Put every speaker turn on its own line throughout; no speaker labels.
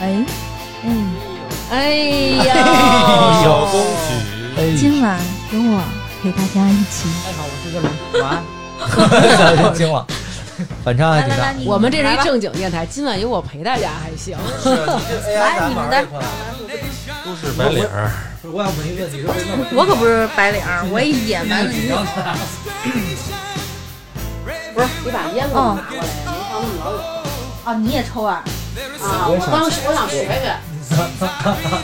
哎嗯
哎
哎
呦，
呦
公举，
哎
今晚有我陪大家一起。
大家好，我是岳龙，晚安。
呦，惊了，反差还
来
挺
来
大
来，。你
我们这是
来
一
吧
正经电台，今晚有我陪大家还行。
来哎你们的，
都是白领儿，
不是，我想问一问，你是为什么？
我可不是白领儿，我也野蛮的女子。
不是， 你把烟给我拿过来，没放那么老远
哦，你也抽啊？
啊！我刚我想学学。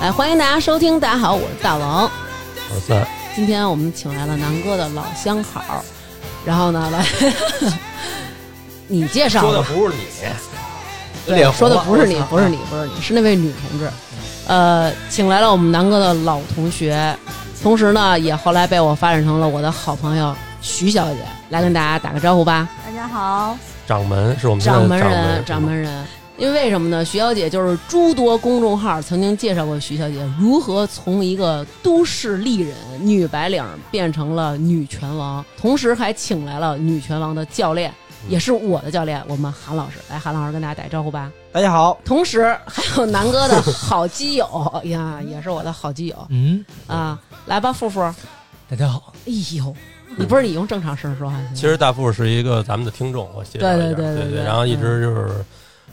哎，欢迎大家收听，大家好，我是大王。
我在
今天我们请来了南哥的老相好，然后呢，来， 你介绍
说的
吧。
不是你，
对
脸红
说
了
的不是你，不是你，不是你，是那位女同志。呃，请来了我们南哥的老同学，同时呢，也后来被我发展成了我的好朋友徐小姐，来跟大家打个招呼吧。
大家好，
掌门是我们现在
掌
的
门
掌
人，掌
门
门人。因为为什么呢？徐小姐就是诸多公众号曾经介绍过徐小姐如何从一个都市丽人、女白领变成了女拳王，同时还请来了女拳王的教练，也是我的教练，我们韩老师。来，韩老师跟大家打个招呼吧。
大家好，
同时还有南哥的好基友 呀，也是我的好基友
嗯，
啊。来吧，富富。哎
大家好，
呦，你不是你用正常声说话行吗？
其实大富是一个咱们的听众，我介绍一下，
对对对
对
对对嗯
然后一直就是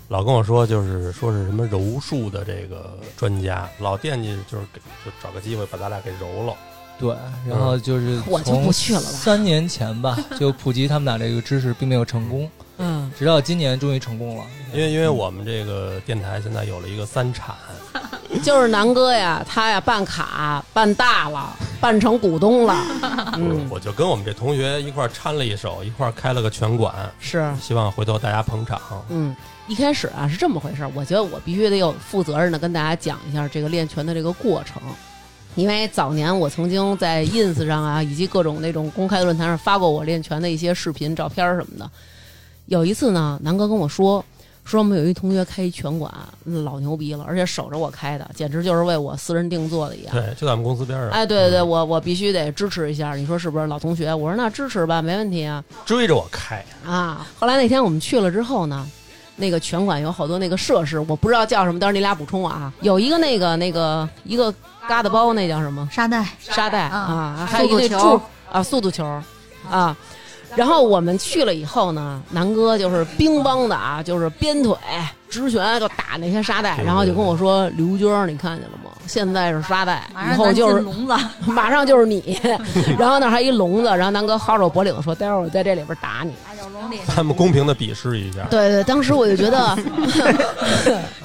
老跟我说，就是说是什么柔术的这个专家，老惦记就是给就找个机会把咱俩给揉了。
对，然后就是
我就不去了吧
从三年前吧，就普及他们俩这个知识并没有成功，
嗯，
直到今年终于成功了。
因为因为我们这个电台现在有了一个三产，
就是南哥呀，他呀办卡办大了，办成股东了。嗯，
我就跟我们这同学一块儿掺了一手，一块儿开了个拳馆，
是。
希望回头大家捧场。
嗯，一开始啊是这么回事儿，我觉得我必须得有负责任的跟大家讲一下这个练拳的这个过程，因为早年我曾经在 ins 上啊，以及各种那种公开的论坛上发过我练拳的一些视频、照片儿什么的。有一次呢，南哥跟我说，说我们有一同学开一拳馆，老牛逼了，而且守着我开的，简直就是为我私人定做的一样。
对，就在我们公司边上，
哎，对对对，我我必须得支持一下，你说是不是，老同学？我说那支持吧，没问题啊。
追着我开，
啊，后来那天我们去了之后呢，那个拳馆有好多那个设施，我不知道叫什么，到时候你俩补充我啊。有一个那个那个一个疙瘩包，那叫什么
沙袋，
沙袋
啊
啊，
速
还有一
度
那
球
柱啊，速度球啊。然后我们去了以后呢，南哥就是乒乓的啊，就是鞭腿、直拳就打那些沙袋，然后就跟我说：“刘娟儿，你看见了吗？现在是沙袋，
马
以
上
后
咱进
就是
笼子。
马上就是你。” 然后那儿还一笼子，然后南哥薅着我脖领子说：“待会儿我在这里边打你。”
打小哎笼里，
他们公平的比试一下。
对对，当时我就觉得，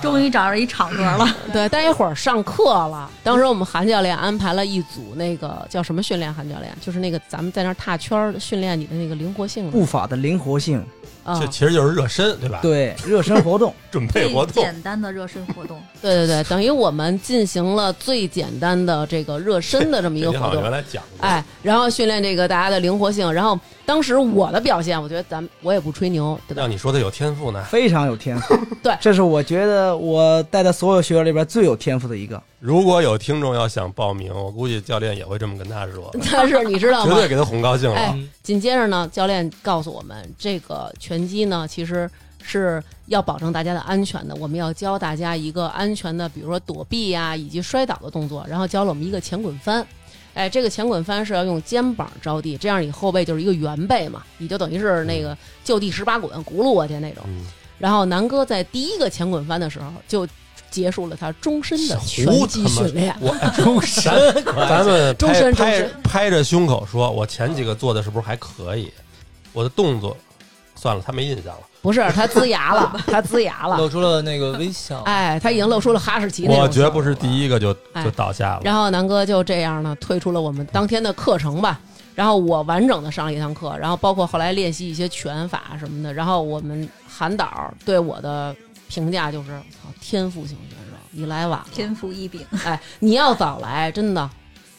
终于找着一场合 了。
对，待一会儿上课了。当时我们韩教练安排了一组那个叫什么训练？韩教练就是那个咱们在那儿踏圈儿训练你的那个灵活性的
步法的灵活性，
啊
这，其实就是热身，对吧？，
对热身 活动，
准备
最
活动。
简单的热身活动，
对对对，等于我们进行了最简单的这个热身的这么一
你
个
好
活
像
动
原。来讲过，
哎，然后训练这个大家的灵活性，然后当时我的表现，我觉得咱们我也不吹牛，对吧？。
让你说他有天赋呢。
非常有天赋
对
这是我觉得我带的所有学员里边最有天赋的一个。
如果有听众要想报名，我估计教练也会这么跟他说，
但是你知道
绝
吗？
对给他哄高兴了。
哎，紧接着呢，教练告诉我们，这个拳击呢，其实是要保证大家的安全的。我们要教大家一个安全的，比如说躲避呀、以及摔倒的动作，然后教了我们一个前滚翻。哎，这个前滚翻是要用肩膀着地，这样你后背就是一个圆背嘛，你就等于是那个就地十八滚，轱辘过去那种。
嗯，
然后南哥在第一个前滚翻的时候就结束了他终身的拳
小胡
击
他妈
训练。
我终身，咱们
终身
拍
终
拍
身
拍着胸口说，我前几个做的是不是还可以？我的动作，算了，他没印象了。
不是，他呲牙 了，他呲牙了。
露出了那个微笑。
哎，他已经露出了哈士奇那种笑容
我
了。
绝不是第一个就
哎
就倒下了。
然后南哥就这样呢退出了我们当天的课程吧。然后我完整的上了一堂课，然后包括后来练习一些拳法什么的。然后我们韩导对我的评价就是：操，天赋型选手，你来晚了，
天赋异禀。
哎，你要早来，真的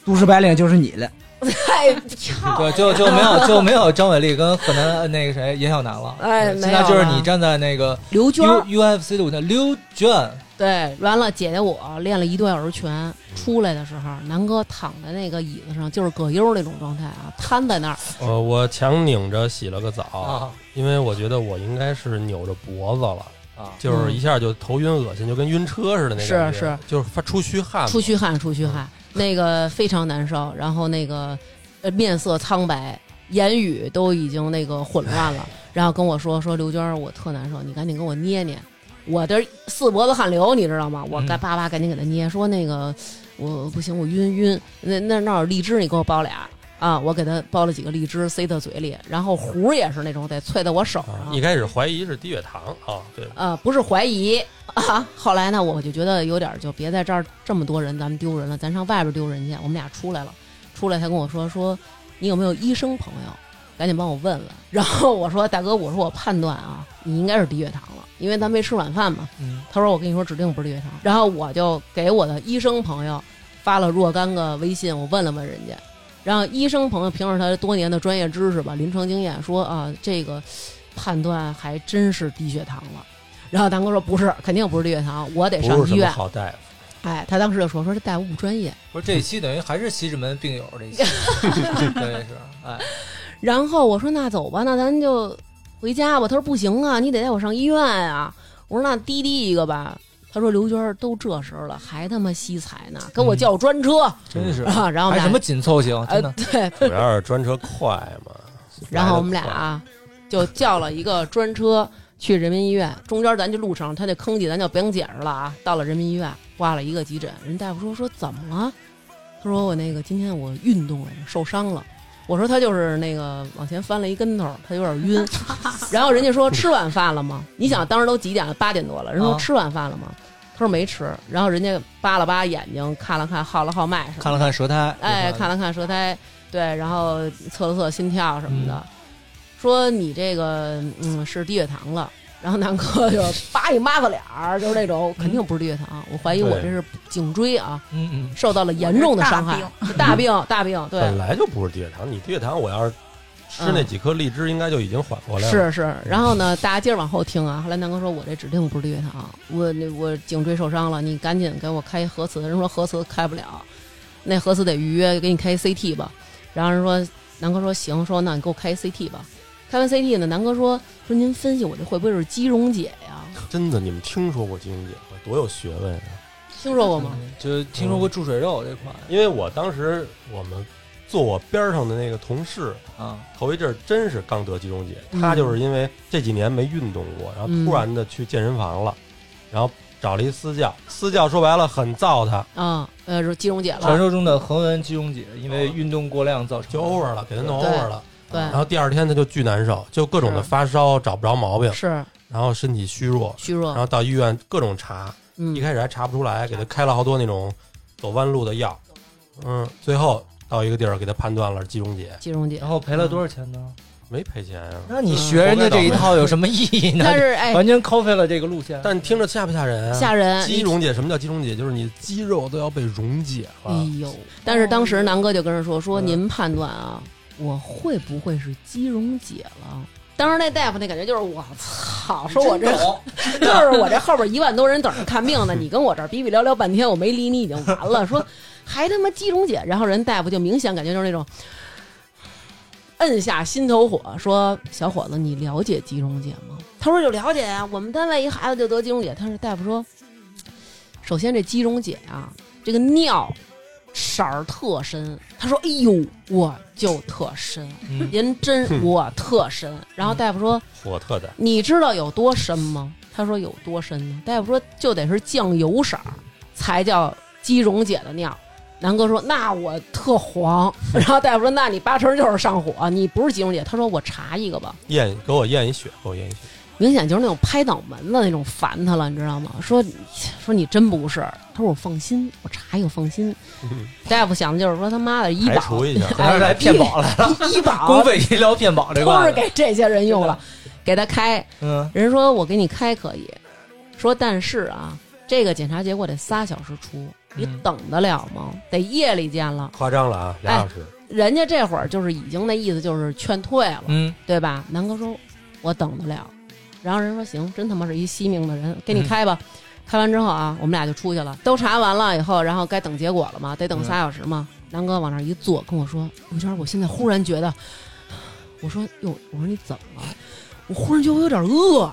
都市白领就是你了，
太漂
对，
亮。
就就没 有就没有张伟丽跟河南呃那个谁严小楠了。
哎，
现
没有
在就是
了
你站在那个
刘娟儿，
U U F C 的舞台，刘娟，
对，完了，姐姐我练了一多小时拳，出来的时候，南哥躺在那个椅子上，就是葛优那种状态啊，瘫在那儿，
呃，我强拧着洗了个澡，
啊
因为我觉得我应该是扭着脖子了。
啊，
就是一下就头晕恶心，就跟晕车似的那感觉，
嗯是是，
就是发出虚汗嘛，
出虚汗，出虚汗，那个非常难受，然后那个呃面色苍白，言语都已经那个混乱了，然后跟我说说刘娟儿，我特难受，你赶紧给我捏捏，我这四脖子汗流，你知道吗？我
嗯
该叭叭赶紧给他捏，说那个我不行，我晕晕，那那那儿有荔枝，你给我包俩。啊，我给他包了几个荔枝，塞到嘴里，然后糊也是那种得啐到我手
啊
上。
一开始怀疑是低血糖啊，对，
呃，不是怀疑啊。后来呢，我就觉得有点儿就别在这儿这么多人，咱们丢人了，咱上外边丢人去。我们俩出来了，出来他跟我说说你有没有医生朋友，赶紧帮我问问。然后我说大哥，我说我判断啊，你应该是低血糖了，因为咱没吃晚饭嘛。
嗯，
他说我跟你说指定不是低血糖。然后我就给我的医生朋友发了若干个微信，我问了问人家。然后医生朋友凭着他多年的专业知识吧、临床经验说啊，这个判断还真是低血糖了。然后大哥说不是，肯定不是低血糖，我得
不
上
是
医
什么
院。
好大夫。
哎，他当时就说说这大夫不专业。
不是这一期等于还是西直门病友 这一期，对是，哎，
然后我说那走吧，那咱就回家吧。他说不行啊，你得带我上医院啊。我说那滴滴一个吧。他说刘娟儿都这时候了，还他妈惜才呢，给我
嗯
叫专车、
真是，
啊！ 然后我们
还
俩
什么紧凑型，
呃
真的，
对，
主要是专车快嘛。
然后我们
来得快
俩啊就叫了一个专车去人民医院，中间咱这路上他那坑叽咱就不用解释了啊。到了人民医院挂了一个急诊，人大夫说说怎么了？他说我那个今天我运动了受伤了。我说他就是那个往前翻了一跟头，他有点晕。然后人家说吃晚饭了吗？你
嗯
想当时都几点了？八点多了。人说
啊
吃晚饭了吗？他说没吃。然后人家扒了扒眼睛，看了看，号了号脉什么的
看了看舌苔，
哎，看
了，
了看舌苔，对，然后测了测心跳什么的，说你这个嗯是低血糖了。然后南哥就扒一抹子脸儿，就是那种肯定不是低血糖，我怀疑我
对
这是颈椎啊
嗯嗯，
受到了严重的伤害，大病大病， 对
本，来就不是低血糖，你低血糖，我要是吃那几颗荔枝，应该就已经缓过来了。
是是。然后呢，大家接着往后听啊。后来南哥说，我这指定不是低血糖，我我颈椎受伤了，你赶紧给我开一核磁。人说核磁开不了，那核磁得预约，给你开一 CT 吧。然后人说，南哥说行，说那你给我开一 CT 吧。开完 CT 呢，南哥说说您分析我这会不会是肌溶解呀？
真的，你们听说过金姐吗？多有学问啊！
听说过吗？
嗯就听说过注水肉这块
因为我当时我们坐我边上的那个同事，
啊，
头一阵儿真是刚得肌溶解，
嗯
他就是因为这几年没运动过，然后
嗯
突然的去健身房了，然后找了一私教，私教说白了很造他，
啊，呃，说肌溶解
传
了，
说中的横纹肌溶解，因为运动过量造成
就 over 了，给他弄
对
over 了。
对，
然后第二天他就巨难受，就各种的
是
发烧，找不着毛病，
是
然后身体虚弱，
虚
然
弱，
后到医院各种查，一
嗯，
开始还查不出来，给他开了好多那种走弯路的药，嗯，最后到一个地儿给他判断了肌溶解，
肌溶解
然。后赔了多少钱呢？
没赔钱啊。
那你学人家这一套有什么意义呢？
但是哎，
完全 copy 了这个路线。
但你听着吓不吓人啊？
吓人，
肌溶解，什么叫肌溶解？就是你的肌肉都要被溶解了。
哎呦！但是当时
哦
南哥就跟人说：“说
嗯
您判断啊，我会不会是肌溶解了？”当时那大夫那感觉就是我操，说我这 就是我这后边一万多人等着看病呢，你跟我这儿逼逼聊聊半天，我没理你已经完了，说还他妈肌溶解，然后人大夫就明显感觉就是那种嗯摁下心头火，说小伙子，你了解肌溶解吗？他说就了解啊，我们单位一孩子就得肌溶解，但是大夫说，首先这肌溶解啊，这个尿色儿特深，他说哎呦，我就特深，
嗯
您真
哼
我特深，然后大夫说。
火特大，
你知道有多深吗？他说有多深呢？大夫说就得是酱油色儿才叫鸡溶解的尿。南哥说：“那我特 黄。”然后大夫说：“那你八成就是上火，你不是鸡溶解。”他说：“我查一个吧。
验给我验一血，给我验一血。”
明显就是那种拍脑门子那种烦他了，你知道吗？说说你真不是。他说：“我放心，我查一个放心。”大夫想的就是说他妈的医
排
保
除一下
哎
来来骗保来了，
医保
公费医疗骗保 这
都
块
是，给这些人用了，给他开。
嗯，
人说我给你开可以，说但是啊，这个检查结果得仨小时出，你
嗯
等得了吗？得夜里见了。
夸张了啊，俩小时。
人家这会儿就是已经那意思就是劝退了，
嗯，
对吧？南哥说，我等得了。然后人说行，真他妈是一惜命的人，给你开吧。开完之后啊，我们俩就出去了，都查完了以后，然后该等结果了嘛，得等仨小时嘛。南哥往那儿一坐，跟我说：“刘娟，我现在忽然觉得，我说哟，我说你怎么了？我忽然觉得我有点饿。”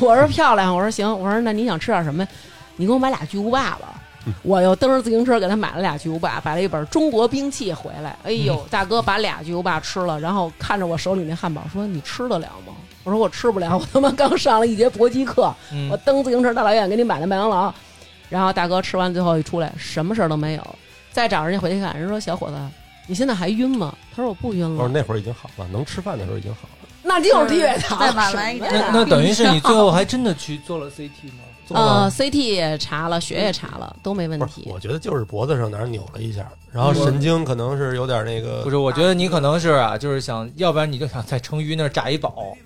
我说漂亮，我说行，我说那你想吃点什么呀？你给我买俩巨无霸吧。我又蹬着自行车给他买了俩巨无霸，买了一本《中国兵器》回来。哎呦，大哥把俩巨无霸吃了，然后看着我手里那汉堡说：“你吃得了吗？”我说：“我吃不了，我他妈刚上了一节搏击课，
嗯
我蹬自行车大老远给你买的麦当劳。”然后大哥吃完最后一出来，什么事儿都没有。再找人家回去看，人说：“小伙子，你现在还晕吗？”他说：“我不晕
我
了。
说那会儿已经好了，能吃饭那时候已经好了。
那就是低血糖，
再晚来一点
什么呀
那那等于是你最后还真的去做了 CT 吗？做
呃
了，
，CT 也查了，血也查了，都没问
不是，
题。嗯
我觉得就是脖子上哪儿扭了一下，然后神经可能是有点那个
不是，我觉得你可能是啊，就是想，要不然你就想在成渝那儿炸一 宝，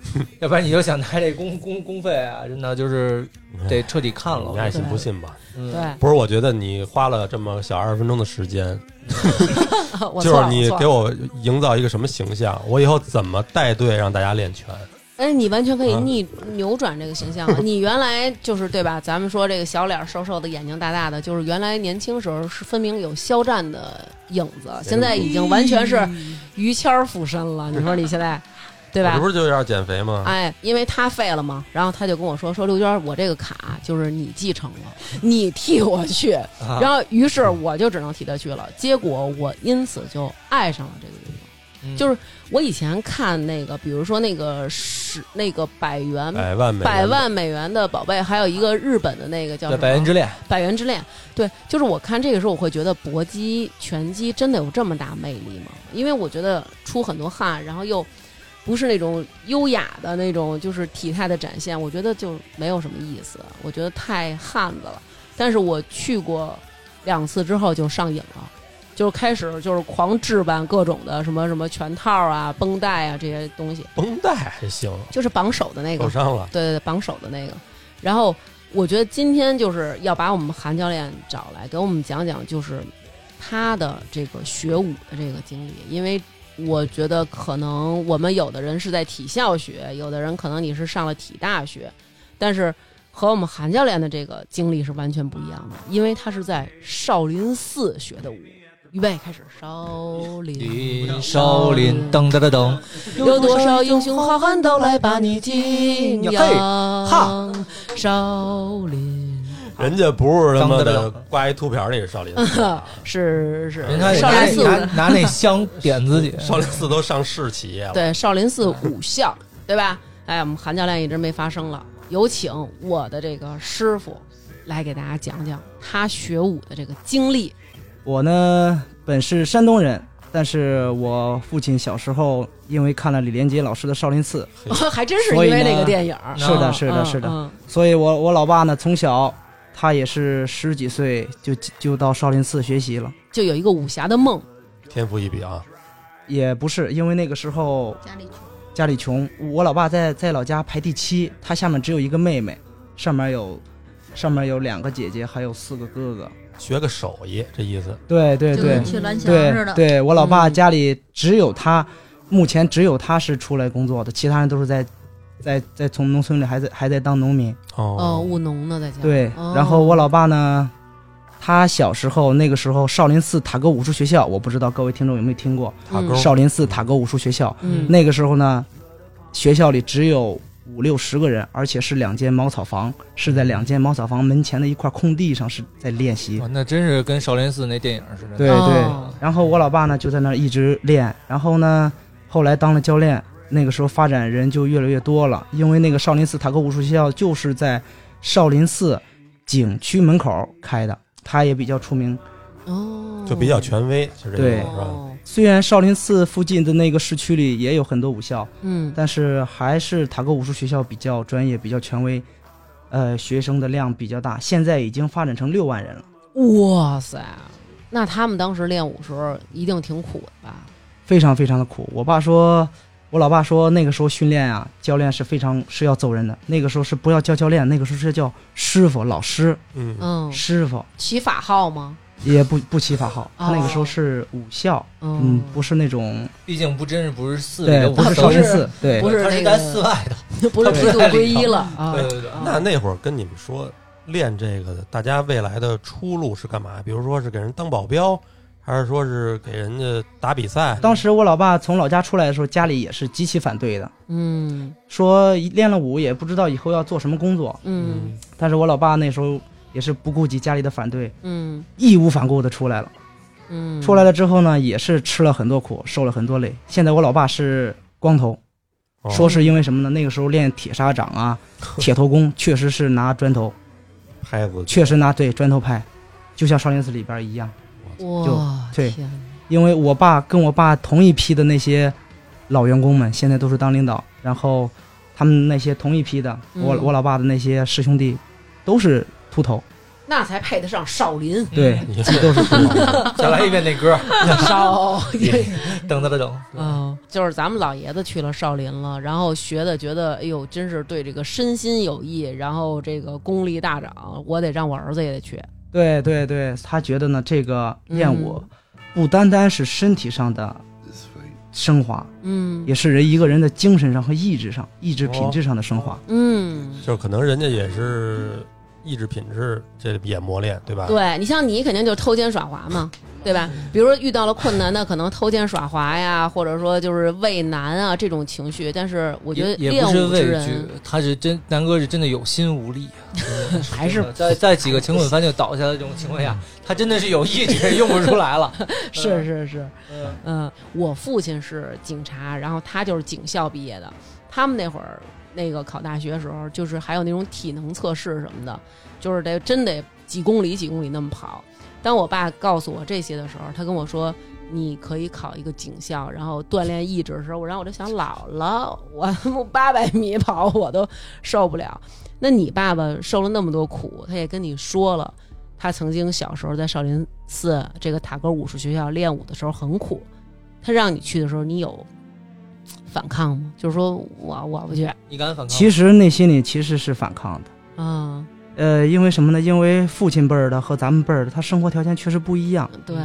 要不然你就想拿这公公公费啊，真的就是得彻底看了。
你爱信不信吧？
嗯，
对，
不是，我觉得你花了这么小二十分钟的时间，
我错
就是
了
你
我错
给
了
我营造一个什么形象？我以后怎么带队让大家练拳？
哎，你完全可以
啊
逆扭转这个形象了。啊你原来就是对吧？咱们说这个小脸儿瘦瘦的，眼睛大大的，就是原来年轻时候是分明有肖战的影子，现在已经完全是于谦儿附身了。你说你现在，对
我
吧
这？不是就是要减肥吗？
哎，因为他废了嘛，然后他就跟我说说刘娟儿，我这个卡就是你继承了，你替我去。
啊
然后，于是我就只能替他去了。结果我因此就爱上了这个运动。
嗯
就是我以前看那个，比如说那个十那个百元、
百万美元
百万美元的宝贝，还有一个日本的那个叫
对
什
《
么
百元之恋》
百元之恋。对，就是我看这个时候，我会觉得搏击、拳击真的有这么大魅力吗？因为我觉得出很多汗，然后又不是那种优雅的那种，就是体态的展现，我觉得就没有什么意思。我觉得太汉子了。但是我去过两次之后就上瘾了。就是开始就是狂置办各种的什么什么拳套啊、绷带啊这些东西，
绷带还行，
就是绑手的那个
受伤了。
对对对，绑手的那个。然后我觉得今天就是要把我们韩教练找来，给我们讲讲就是他的这个学武的这个经历，因为我觉得可能我们有的人是在体校学，有的人可能你是上了体大学，但是。和我们韩教练的这个经历是完全不一样的，因为他是在少林寺学的武。预备，开始，少林
林少林，噔噔噔噔，
嗯有多少英雄好汉都来把你敬仰
嘿？
哈，少林
人家不是他妈
张得
的
了
挂一秃瓢那是少林 寺
呵
啊，
是是
人家得
少林寺
拿
的
拿拿 那香点自己。
少林寺都上市企业了。
对少林寺武校对吧？哎，我们韩教练一直没发声了，有请我的这个师傅来给大家讲讲他学武的这个经历。
我呢，本是山东人，但是我父亲小时候因为看了李连杰老师的《少林寺
还真是因为那个电影儿》，，
啊
是的，是的，是的，
嗯，
所以我我老爸呢，从小他也是十几岁就就到少林寺学习了，
就有一个武侠的梦，
天赋异禀啊！
也不是因为那个时候
家里
家里穷，我老爸在在老家排第七，他下面只有一个妹妹，上面有上面有两个姐姐，还有四个哥哥。
学个手艺，这意思。
对对
就
对
跟去蓝翔似
对
的，
对，我老爸
嗯
家里只有他，目前只有他是出来工作的，其他人都是在在在从农村里还在还在当农民。
哦，务农呢，在家
对，
哦
然后我老爸呢，他小时候那个时候少林寺塔沟武术学校，我不知道各位听众有没有听过
塔
嗯
沟
少林寺塔沟武术学校。
嗯
那个时候呢，学校里只有五六十个人，而且是两间茅草房，是在两间茅草房门前的一块空地上是在练习。
啊哇那真是跟少林寺那电影似的。
对
哦
然后我老爸呢就在那儿一直练，然后呢，后来当了教练，那个时候发展人就越来越多了，因为那个少林寺塔沟武术学校就是在少林寺景区门口开的，它也比较出名。
哦，
就比较权威，就这
对
种是吧？
哦
虽然少林寺附近的那个市区里也有很多武校，
嗯，
但是还是塔沟武术学校比较专业、比较权威，呃，学生的量比较大，现在已经发展成六万人了。
哇塞，那他们当时练武时候一定挺苦的吧？
非常非常的苦。我爸说，我老爸说，那个时候训练啊，教练是非常是要走人的。那个时候是不要叫教练，那个时候是叫师傅、老师、
嗯，
嗯，
师傅，
起法号吗？
也不不起法号。
哦
那个时候是武校，嗯，不是那种
毕竟不真是不是寺里
对
的，，
不
不
是
是
少林寺，对
不是
他是
那
咱
个
寺外的。
不是剃度皈依了啊
对对对，
那那会儿跟你们说练这个的，大家未来的出路是干嘛？比如说是给人当保镖，还是说是给人家打比赛？
当时我老爸从老家出来的时候，家里也是极其反对的，
嗯
说练了武也不知道以后要做什么工作。
嗯
但是我老爸那时候也是不顾及家里的反对，
嗯
义无反顾的出来了。
嗯，
出来了之后呢，也是吃了很多苦，受了很多累。现在我老爸是光头，
哦
说是因为什么呢？那个时候练铁砂掌啊、铁头功，确实是拿砖头，
拍子
确实拿对砖头拍，就像少林寺里边一样。
哇，
对
天哪，
因为我爸跟我爸同一批的那些老员工们，现在都是当领导，然后他们那些同一批的，
嗯
我我老爸的那些师兄弟，都是秃头，
那才配得上少林
对
嗯
你
都是秃头。
再来一遍那 歌，
少林。
等等等等，
哦，就是咱们老爷子去了少林了，然后学的觉得，哎呦，真是对这个身心有益，然后这个功力大涨，我得让我儿子也得去。
对对对，他觉得呢，这个练武
嗯
不单单是身体上的升华，
嗯
也是人一个人的精神上和意志上、意志品质上的升华。
嗯，
就是可能人家也是意志品质这也磨练，对
啊
吧？
对你像你肯定就是偷奸耍滑嘛，
嗯
对吧？比如说遇到了困难，那可能偷奸耍滑呀，或者说就是畏难啊这种情绪，但是我觉得
也也
练
不是
武
畏
之
惧
人，
他是真南哥是真的有心无力啊，
还是
真的 在在几个前滚翻就倒下的这种情 况下，他真的是有意志用不出来了。
是是是，
嗯，
嗯，我父亲是警察，然后他就是警校毕业的。他们那会儿那个考大学的时候，就是还有那种体能测试什么的，就是得真得几公里几公里那么跑。当我爸告诉我这些的时候，他跟我说：“你可以考一个警校，然后锻炼意志。”的时候，我然后我就想，老了，我 他妈八百米跑我都受不了。那你爸爸受了那么多苦，他也跟你说了，他曾经小时候在少林寺这个塔格武术学校练武的时候很苦，他让你去的时候，你有反抗吗？就是说我我不去
你敢反抗吗？
其实内心里其实是反抗的，
啊，
呃，因为什么呢？因为父亲辈儿的和咱们辈儿的，他生活条件确实不一样。
对，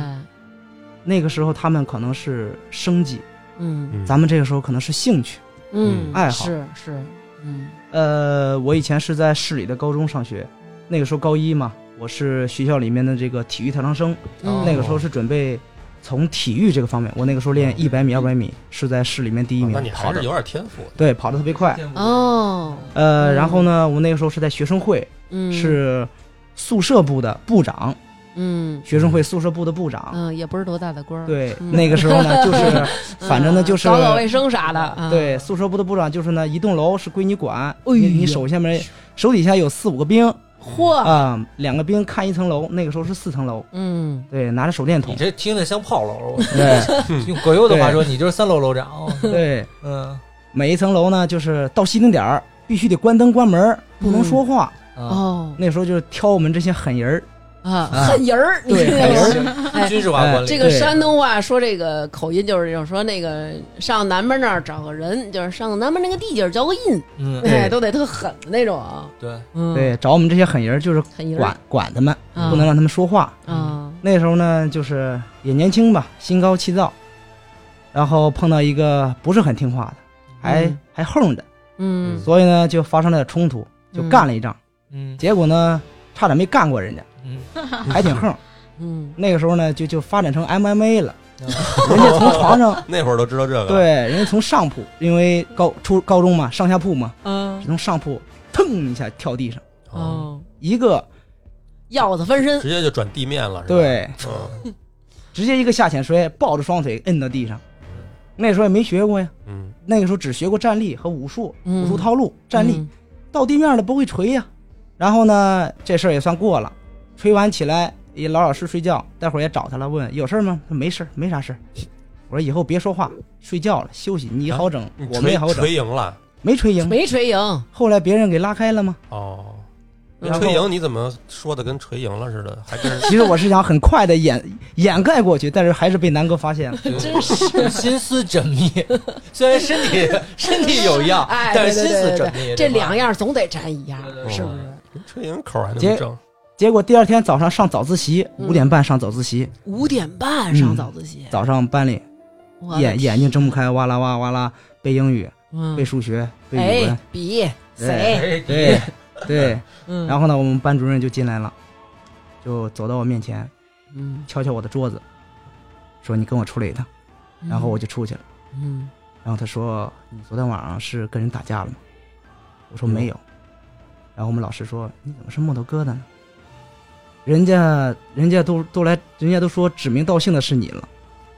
那个时候他们可能是生计，
嗯
嗯
咱们这个时候可能是兴趣。
嗯，
爱好
是是，嗯
呃，我以前是在市里的高中上学，那个时候高一嘛，我是学校里面的这个体育特长生，
嗯
那个时候是准备从体育这个方面，我那个时
哦
候练一百米、二百米是在市里面第一名，
那你
跑
还
的
是有点天赋的。，
对跑的特别快。
见不得，
哦，
呃，
嗯
然后呢，我那个时候是在学生会，
嗯
是宿舍部的部长，
嗯
学生会宿舍部的部长。
嗯，也不是多大的官儿，
对，
嗯
那个时候呢， 就是
嗯，
反正呢就是
搞搞卫生啥的，啊
对宿舍部的部长，就是呢，一栋楼是归你管，
哎
你
呀
你手下面手底下有四五个兵
嚯，
啊、两个兵看一层楼，那个时候是四层楼，
嗯，
对，拿着手电
你
筒，
这听着像炮楼。啊我
对
用葛优的话说，你就是三楼楼长。
对，
嗯，
每一层楼呢，就是到西定点儿必须得关灯关门儿，不能说话。
啊，
哦
那时候就是挑我们这些狠人儿，
啊，
啊
狠人儿，
对
你
狠人儿
哎
军事化管理。
这个
对
山东话说这个口音就是这种，说那个上南边那儿找个人，就是上南边那个地界儿嚼个印，
嗯，
对
哎，都得特狠的那种。
对，
嗯，
对，找我们这些狠人儿就是
狠人
管管他们，
啊
不能让他们说话。
啊，
那时候呢，就是也年轻吧，心高气躁，然后碰到一个不是很听话的，还、
嗯
还横着，
嗯
所以呢就发生了点冲突，就干了一仗。
嗯
结果呢，差点没干过人家，
嗯，
还挺横。
嗯，
那个时候呢，就就发展成 MMA 了，
啊
人家从床上
那会儿都知道这个，，
对，人家从上铺，因为高初高中嘛，上下铺嘛，
嗯
从上铺腾一下跳地上，
哦，
哦，
一个
鹞子翻身，
直接就转地面了，是吧？
对，
嗯，
直接一个下潜摔，抱着双腿摁到地上。那时候也没学过呀，
嗯，
那个时候只学过站立和武术，
嗯
武术套路、站立，到地面了不会锤呀。然后呢，这事儿也算过了。锤完起来也老老实睡觉，待会儿也找他了，问有事儿吗？他说没事儿，没啥事儿。我说以后别说话，睡觉了，休息。你好整，
啊你
我们也
锤
好整
锤，赢了，
没锤
嗯
赢。
没锤赢，
后来别人给拉开了吗？
哦，
然
那
后
锤赢你怎么说的跟锤赢了似的？还真是
其实我是想很快的掩掩盖过去，但是还是被南哥发现了。
真是。
心思缜密，虽然身 体身体有恙，
哎，
但
对
是心
对对
思
对
缜
对
密。
这
对吧
两样总得占一样
对哦对，对
是不是？
锤赢口还
结
能正，
结果第二天早上上早自习，
嗯
五点半上早自习，
五点半上早自习，
早上班里
我的
眼嗯眼睛睁不开，哇啦哇哇啦背英语、
嗯
背数学、背语
哎
文，
笔谁，
哎
对对。
嗯，
然后呢，我们班主任就进来了，就走到我面前，
嗯
敲敲我的桌子，说你跟我出来一趟，然后我就出去了。
嗯
然后他说：“你昨天晚上是跟人打架了吗？”我说：“没有。然后我们老师说：“你怎么是木头疙瘩呢？人家人家都都来，人家都说指名道姓的是你了。”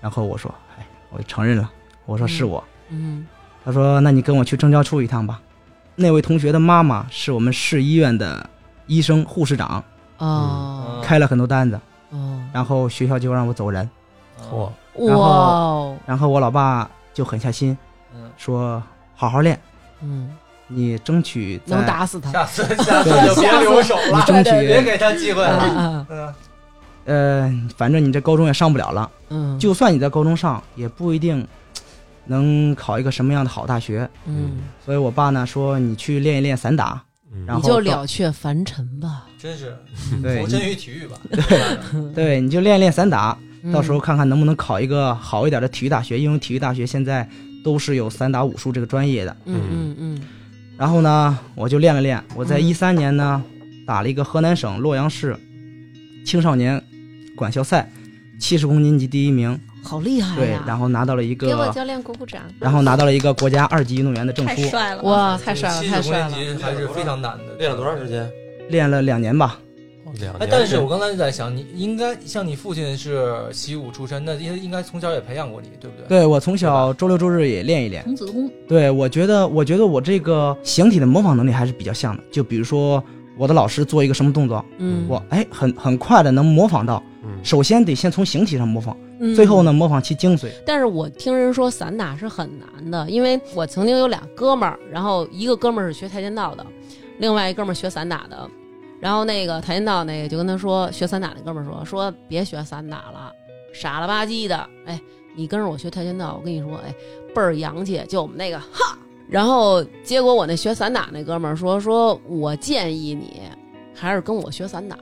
然后我说：“哎，我就承认了，我说是我。
嗯
他说：“那你跟我去政教处一趟吧。”那位同学的妈妈是我们市医院的医生、护士长，
哦
嗯
开了很多单子，
哦
然后学校就让我走人。
嚯，
然后
哇哦
然后我老爸就狠下心
嗯，
说：“好好练，
嗯，
你争取在
能打死他
下次下次就别留手
你
了，
争
别
取
给他机会
啊
了。
啊
嗯，
呃，反正你这高中也上不了了，
嗯
就算你在高中上，也不一定能考一个什么样的好大学。
嗯，
所以我爸呢说你去练一练散打，
嗯
然
你
后
就
到
了却凡尘吧，
真是
对
嗯
投
你
身于体育吧。
对，你就练一练散打，到时候
嗯
看看能不能考一个好一点的体育大学，因为体育大学现在都是有散打武术这个专业的。
嗯嗯
然后呢，我就练了练，我在
嗯
一三年呢打了一个河南省洛阳市青少年管校赛，七十公斤级第一名，
嗯，好厉害
对，
呀！
然后拿到了一
给我
个。
教练鼓鼓掌，
然后拿到了一个国家二级运动员的证
太
书，
帅了！
哇，太帅了，
七
太
十
帅
公
了！
斤级还是非常难的。
练了多长时？间？哦
练了两年吧，
两
哎
年，。嗯
但是我刚才在想，你应该像你父亲是习武出身，那应应该从小也培养过你，对不对？
对我从小周六周日也练一练。
童子功，
对我觉得，我觉得我这个形体的模仿能力还是比较像的。就比如说我的老师做一个什么动作，
嗯，
我哎很很快的能模仿到。
嗯，
首先得先从形体上模仿，
嗯
最后呢？模仿其精髓。
但是我听人说散打是很难的，因为我曾经有俩哥们儿，然后一个哥们儿是学跆拳道的，另外一哥们儿学散打的。然后那个跆拳道那个就跟他说，学散打那哥们儿说说别学散打了，傻了吧唧的。哎，你跟着我学跆拳道，我跟你说，哎，倍儿洋气，就我们那个哈。然后结果我那学散打那哥们儿说说，我建议你还是跟我学散打。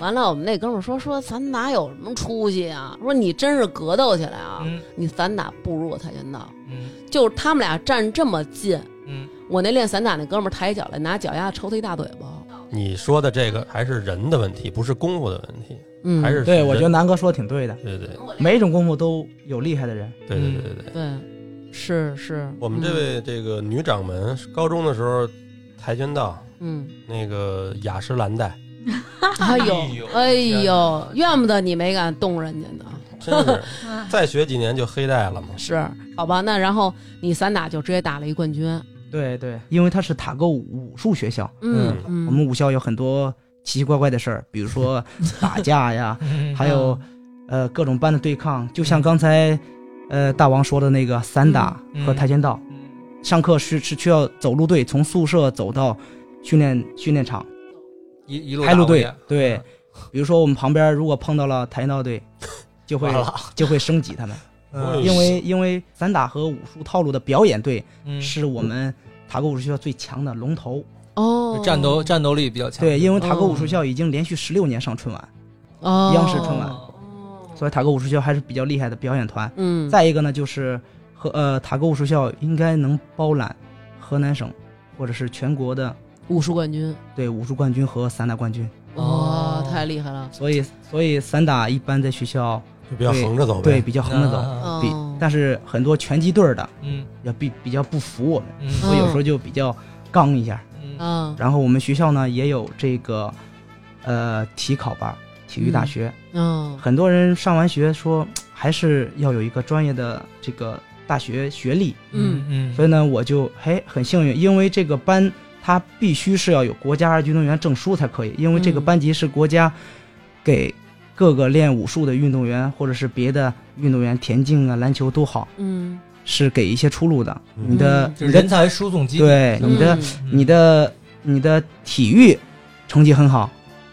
完了，我们那哥们儿说说散打有什么出息啊？说你真是格斗起来啊，
嗯
你散打不如我跆拳道，
嗯
就是他们俩站这么近，
嗯，
我那练散打那哥们儿抬起脚来拿脚丫子抽他一大嘴巴，
你说的这个还是人的问题，不是功夫的问题，
嗯，
还是
对，我觉得
得
南哥说的挺对的，
对对对
每种功夫都有厉害的人。
对对对对。
对，是是，嗯
我们这位这个女掌门，
嗯
高中的时候跆拳道
嗯，
那个雅诗兰 黛，
嗯，哎
哎
呦
呦
哎
天
呦
哪，
怨不得你没敢动人家呢，
真是
哇
再学几年就黑带了嘛。
是好吧？那然后你散打就直接打了一冠军，
对对，因为他是塔沟武术学校，
嗯
嗯
我
嗯，
们武校有很多奇奇怪怪的事儿，比如说打架呀，
嗯
还有呃各种班的对抗，就像刚才呃大王说的那个散打
嗯
和跆拳道，
嗯
上课是是需要走路队从宿舍走到训练训练场
一一路
开路队
打过去，
对
嗯，
比如说我们旁边如果碰到了跆拳道队，就会
完了
就会升级他们，
嗯
因为因为散打和武术套路的表演队
嗯
是我们塔沟武术学校最强的龙头，
哦，
战斗战斗力比较强。
对，因为塔沟武术
哦
学校已经连续十六年上春晚，
哦
央视春晚，
哦
所以塔沟武术学校还是比较厉害的表演团。
嗯，
再一个呢，就是和呃塔沟武术校应该能包揽河南省或者是全国的
武术冠军，
对武术冠军和散打冠军，
哇、
哦
太厉害了，
所以所以散打一般在学校
就比较横着走
对
呗。
比较横着走，
啊
比
哦
但是很多拳击队儿的
嗯
要比比较不服我们，
嗯
所以有时候
嗯
就比较刚一下。
嗯
嗯
然后我们学校呢也有这个呃体考班儿，体育大学，
嗯
很多人上完学说还是要有一个专业的这个大学学历，
嗯
嗯，
所以呢，我就嘿很幸运，因为这个班它必须是要有国家二级运动员证书才可以，因为这个
嗯
班级是国家给各个练武术的运动员或者是别的运动员，田径啊、篮球都好，
嗯，以
是给一些出路的。
嗯
你的
就是
你的
人嗯才输送机。
对你的
嗯
你的你的体育成绩很好，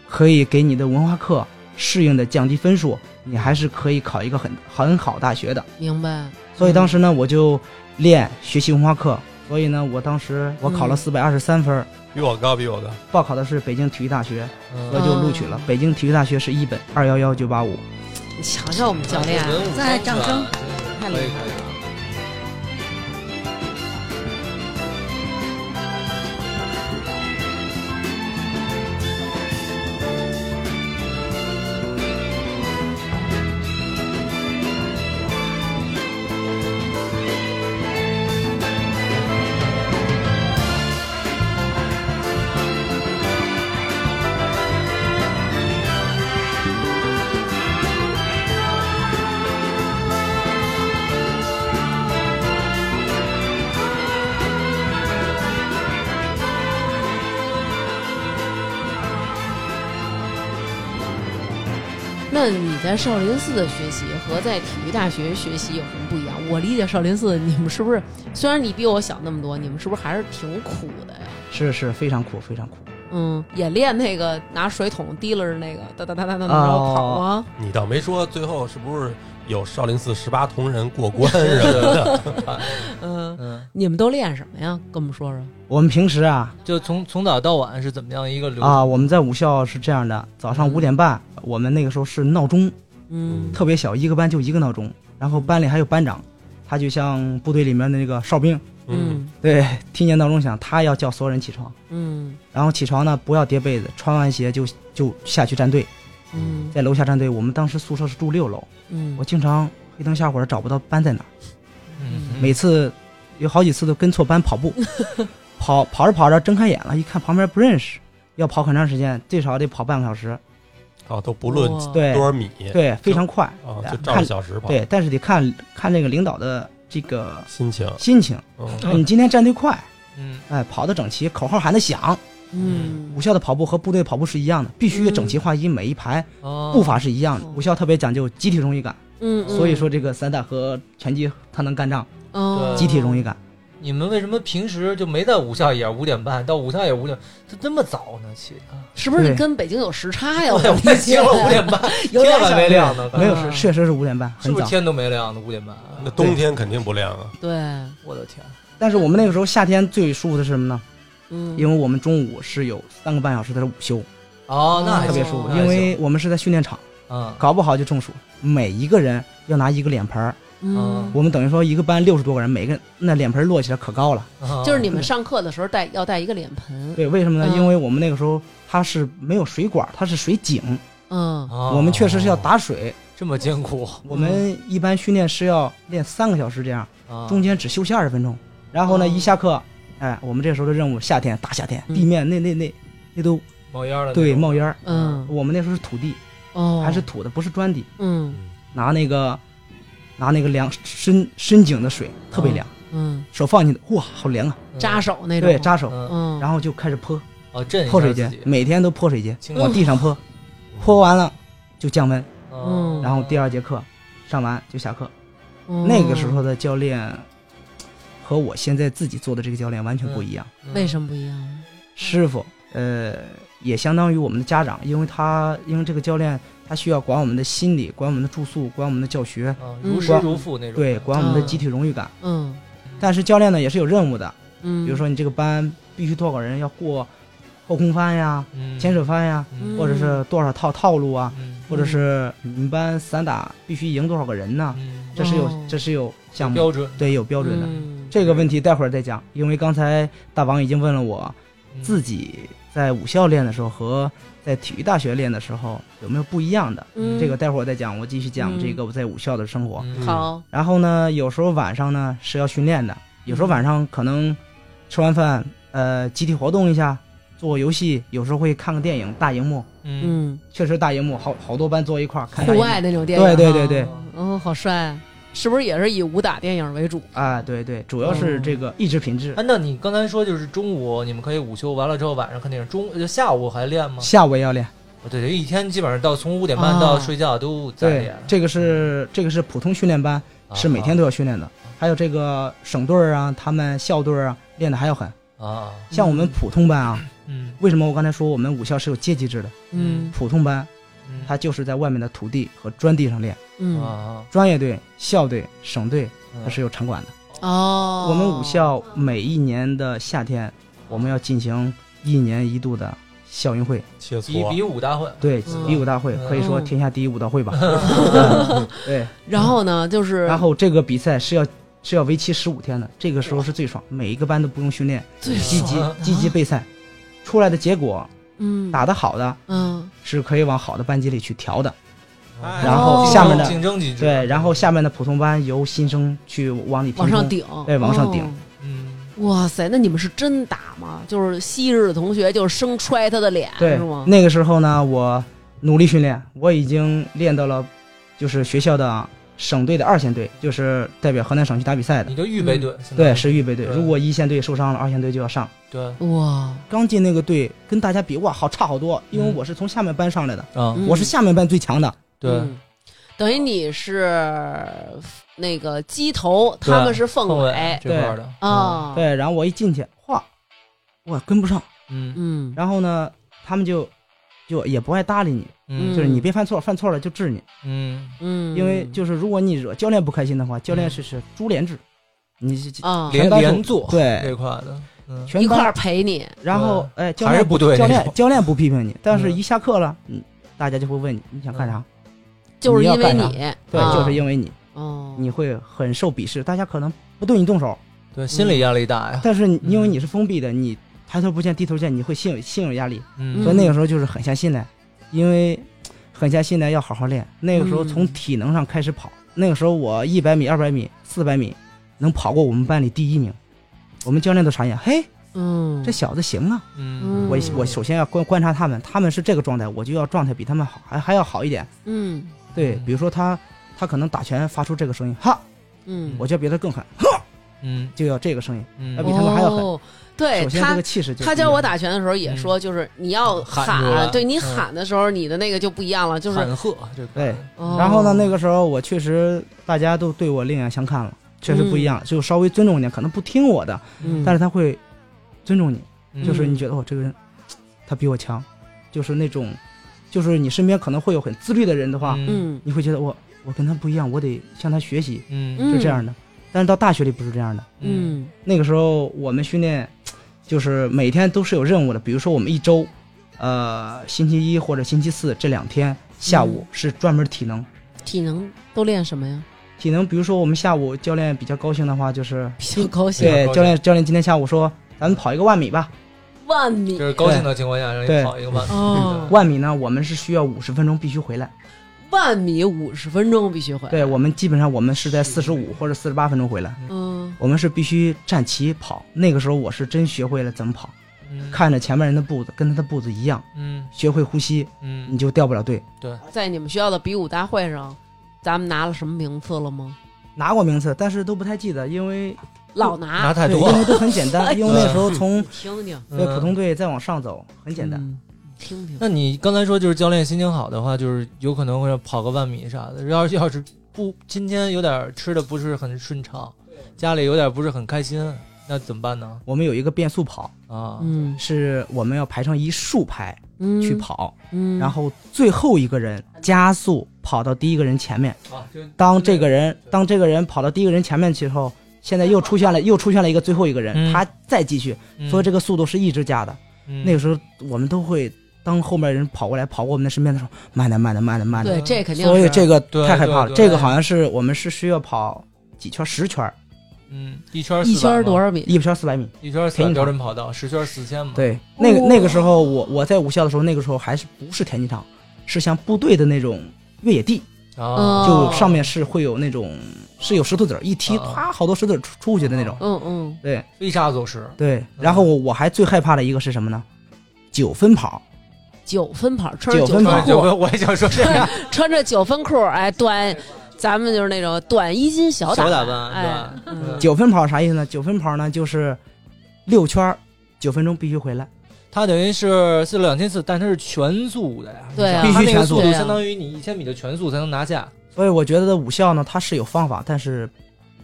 可以给你的文化课适应的降低分数，你还是可以考一个很很好大学的。
明白，
所以当时
嗯
呢，我就练学习文化课。所以呢，我当时我考了
嗯
四百二十三分儿，
比我高，比我高。
报考的是北京体育大学，
嗯
哦
我就录取了。北京体育大学是一本二幺幺九八五。
你瞧瞧我们教练，
文武
再
双
掌
全
声
太
可
厉
以
害
可以。
Thank
在少林寺的学习和在体育大学学习有什么不一样？我理解少林寺，你们是不是虽然你比我小那么多，你们是不是还是挺苦的呀？
是是非常苦，非常苦。
嗯，也练那个拿水桶提溜着那个哒哒哒哒哒哒
哦
然后跑啊，
你倒没说最后是不是有少林寺十八铜人过关什么的？
嗯，
嗯，
你们都练什么呀？跟我们说说。
我们平时啊
就从从早到晚是怎么样一个流程？
啊，我们在武校是这样的，早上
嗯
五点半，我们那个时候是闹钟
嗯
特别小，一个班就一个闹钟，然后班里还有班长，他就像部队里面的那个哨兵，
嗯，
对，听见闹钟响，他要叫所有人起床，
嗯
然后起床呢不要叠被子，穿完鞋就就下去站队，
嗯
在楼下站队。我们当时宿舍是住六楼，
嗯，
我经常黑灯瞎火的找不到班在哪儿，
嗯，
每次有好几次都跟错班跑 步，跑跑着跑着睁开眼了，一看旁边不认识，要跑很长时间，最少得跑半个小时，
哦，都不论
哇，
对
多少米，
对，非常快，
哦，
对
就照着
看
小时跑，
对，但是得看看这个领导的这个
心情，
心情，
嗯
嗯
你今天站队快。
嗯
哎，跑得整齐，口号喊得响。
嗯
武校的跑步和部队跑步是一样的，必须整齐划一，每一排
哦，
步伐是一样的。
哦
武校特别讲究集体荣誉感，
嗯，
所以说这个散打和拳击它能干仗，
嗯
集体荣
易
誉感。
你们为什么平时就没在武校也五点半到武校也五点，就这么早呢起？
是不是
对
跟北京有时差呀？
我
我
也听了五点半，
有
天
点
还
小
没亮呢，
没有
啊
是确实是五点半，
是
很
不是
早。
天都没亮呢？五点半，啊
那冬天肯定不亮啊。
对，
我的天，
但是我们那个时候夏天最舒服的是什么呢？
嗯，
因为我们中午是有三个半小时的午休，
哦，那还
特别
行
舒服。
那还
因为我们是在训练场，
行嗯
搞不好就中暑。每一个人要拿一个脸盆儿，
嗯，
我们等于说一个班六十多个人，每个人那脸盆儿摞起来可高了。
嗯
就是你们上课的时候带要带一个脸盆，
哦对，为什么呢？
嗯
因为我们那个时候它是没有水管，它是水井，
嗯
哦
我们确实是要打水。
这么艰苦，
我们一般训练是要练三个小时这样，
啊
中间只休息二十分钟。然后呢，
哦
一下课，哎，我们这时候的任务，夏天大夏天，
嗯
地面那那那那都
冒烟了，
对冒烟儿。
嗯
我们那时候是土地，
哦，
还是土的，不是砖地，
嗯
拿那个拿那个凉深深井的水，特别凉，
嗯
手放进去，哇，好凉啊！
嗯
扎手那种，
对，扎手，
嗯
嗯，
然后就开始泼
哦，震一
泼
下
水
自
节
己，，
每天都泼水节，
清
往
凉
地上泼，泼完了就降温，
哦
嗯
然后第
二
二节课上完就下课。
嗯
那个时候的教练和我现在自己做的这个教练完全不一样。
嗯
为什么不一样？
师傅，呃，也相当于我们的家长，因为他因为这个教练他需要管我们的心理，管我们的住宿，管我们的教学，
么如师
嗯
如父那种？
对，管我们的
嗯
集体荣誉感。
嗯
但是教练呢也是有任务的，
嗯，
比如说你这个班必须多少人要过后空翻呀、
嗯
牵手翻呀，
嗯
或者是多少套套路啊，
嗯
或者是你们班散打必须赢多少个人呢？
嗯
这是有
哦
啊这是有项目，
标准
对，有标
标嗯
准的。
的，
这个问题待会儿再讲，因为刚才大王已经问了我，
嗯
嗯
自己在武校练的时候和在体育大学练的时候有没有不一样的。
嗯
这个待会儿再讲，我继续讲
嗯
这个我在武校的生活。
嗯
好，
然后呢，有时候晚上呢是要训练的，
嗯
有时候晚上可能吃完饭，呃，集体活动一下，做游戏，有时候会看个电影，大荧幕，
嗯
嗯，
确实大荧幕，好好多班坐一块儿看大
户
荧幕
外那种电影啊，
对对对
哦
嗯，好帅，是不是也是以武打电影为主？
啊，对对，主要
哦
是这个意志品质。
嗯
哎，那你刚才说就是中午你们可以午休，完了之后晚上看电影，中就下午还练吗？
下午也要练，
哦对，一天基本上到从五点半到
哦
睡觉都在
啊对
啊
练，，啊
这个是
嗯
这个是普通训练班，是每天
都
都要训练的。还有这个省队儿啊，他们校队儿啊，练的还要狠。
啊，
像我们普通班啊，
嗯
为什么我刚才说我们武校是有阶级制的？
嗯
普通班
嗯，
它就是在外面的土地和砖地上练，
啊
嗯
啊，
专业队、校队、省队
嗯
它是有场馆的。
哦，
我们武校每一年的夏天，我们要进行一年一度的校运会，
切
比
磋，
比武大会，
对
嗯
比武大会，
嗯
可以说
嗯
天下第一武道会吧。嗯对，
然后呢，就是
然后这个比赛是要。是要为期十五天的，这个时候是最爽，每一个班都不用训练，
最
积极
爽啊
积极备赛，出来的结果
嗯
打得好的
嗯
是可以往好的班级里去调的，
嗯
哎
然后
下面
的
竞争几局，
哦对，然后下面的普通班由新生去往里
往上
提
顶，
对往上顶
哦
嗯，
哇塞，那你们是真打吗？就是昔日的同学，就是生揣他的脸，
升。对
是吗，？
那个时候呢，我努力训练，我已经练到了，就是学校的省队的二线队，就是代表河南省去打比赛的
你。就预备队，
嗯
现在
嗯对，是预备队。
对
如果一线队受伤了，二线队就要上。
对，
哇，
刚进那个队，跟大家比哇，好差好多，因为
嗯
我是从下面班上来的，
嗯
嗯
我是下面班最强的。
对，
嗯等于你是那个鸡头，他们是凤
凤尾
尾
这块儿的，
啊。，
对，然后我一进去，嚯，我跟不上。
嗯
嗯，
然后呢，他们就就也不爱搭理你，
嗯
就是你别犯错，犯错了就治你。
嗯，
嗯，
因为就是如果你惹教练不开心的话，教练是是株连制，你是
啊，
连
全班
连
主
坐
对
这块的，嗯，
全
一块
班
儿陪你，
然后哎，教
还是
练
不对
教
那
练
种，
教练不批评你，但是
嗯
一下课了，嗯，大家就会问你你想干啥？
就是因为
你要
你，
对，
啊
就是因为你，
哦，
你会很受鄙视，大家可能不对你动手，
对，心理压力大呀，
但是你因为你是封闭的，你抬头不见低头见，你会心有心有压力，
嗯
所以那个时候就是狠下心来，因为狠下心来要好好练。那个时候
嗯
从体能上开始跑，那个时候我一百米、二百米、四百米能跑过我们班里第一名，我们教练都傻眼，嘿，
嗯，
这小子行啊！
嗯
我
嗯
我首先要观观察他们，他们是这个状态，我就要状态比他们好，还还要好一点。
嗯
对，
嗯
比如说他他可能打拳发出这个声音，哈，
嗯，
我就要比他更狠，
嗯
就要这个声音。
嗯
要比他们还要狠
哦对
首先这
他
个气势就
他
不一
教
样
我打拳的时候也
嗯
说，就是你要
喊出来
对你
嗯
喊的时候，你的那个就不一样了，就是
喊喝这块儿的，
哦
然后呢，那个时候我确实大家都对我另眼相看了，确实不一样，就稍微尊重一点，可能不听我的，
嗯
但是他会尊重你，
嗯
就是你觉得我、这个人他比我强，就是那种，就是你身边可能会有很自律的人的话，
嗯
嗯
你会觉得我我跟他不一样，我得向他学习，
嗯
嗯
是这样的。但是到大学里不是这样的，
嗯
嗯
那个时候我们训练就是每天都是有任务的，比如说我们一周，呃，星期一或者星期四这两天下午
嗯
是专门体能。
体能都练什么 呀？
体能，比如说我们下午教练比较高兴的话，就是
比较高兴，
对
高兴
教练教练今天下午说，咱们跑一个万米吧。
万米
就是高兴的情况下让你
对
跑一个半，
哦
万米呢，我们是需要五十分钟必须回来。
万米五十分钟必须回来，
对我们基本上我们是在四十五或者四十八分钟回来，
嗯
我们是必须站齐跑。那个时候我是真学会了怎么跑，
嗯
看着前面人的步子跟他的步子一样，
嗯
学会呼吸，
嗯
你就掉不了队。
在你们学校的比武大会上，咱们拿了什么名次了吗？
拿过名次，但是都不太记得，因为
老
拿
拿，
太
对
多
因为
了，
都很简单，因为那时候 从
听听
对普
嗯
通队再往上走很简单。
嗯听听，
那你刚才说就是教练心情好的话，就是有可能会跑个万米啥的。要是要是不今天有点吃的不是很顺畅，家里有点不是很开心，那怎么办呢？
我们有一个变速跑，
啊，
嗯
是我们要排成一竖排
嗯
去，跑，
嗯，
然后最后一个人加速跑到第一个人前面。
啊就
当这个人当这个人跑到第一个人前面之后，现在又出现了又出现了一个最后一个人，
嗯
他再继续，所以这
个、
个速度是一直加的。
嗯
那个时候我们都会当后面人跑过来跑过我们的身边的时候，慢点慢点慢点慢点。
对这肯定
所以
是
这个
对
太害怕
对
了，
对
这个好像是我们是需要跑几圈，十圈，
嗯一圈
一
400
圈
嘛
多？少米？
一圈四百米。
一圈四百
田径
标准跑道，十圈四千嘛。，
对，那
哦
个那个时候我我在武校的时候，那个时候还是不是田径场，是像部队的那种越野地，
啊，
哦
就上面是会有那种是有石头子儿，一踢
啊
啪好多石头子儿出出去的那种。
嗯嗯，
对
一沙走石，
对，然后我我还最害怕的一个是什么呢？九分跑，
嗯
九分跑，穿着
九
分
分跑
裤，
我我也想说这个，
穿着九分裤，哎，短，咱们就是那种短衣襟小打小
小打扮
哎，
对吧
嗯
九分跑啥意思呢？九分跑呢就是六圈儿，九分钟必须回来。
它等于是四六两千四，但它是全速的呀，
对啊
你想
必须
它那个
全速
速度
对啊
相当于你一千米的全速才能拿下，
所以我觉得武校呢，它是有方法，但是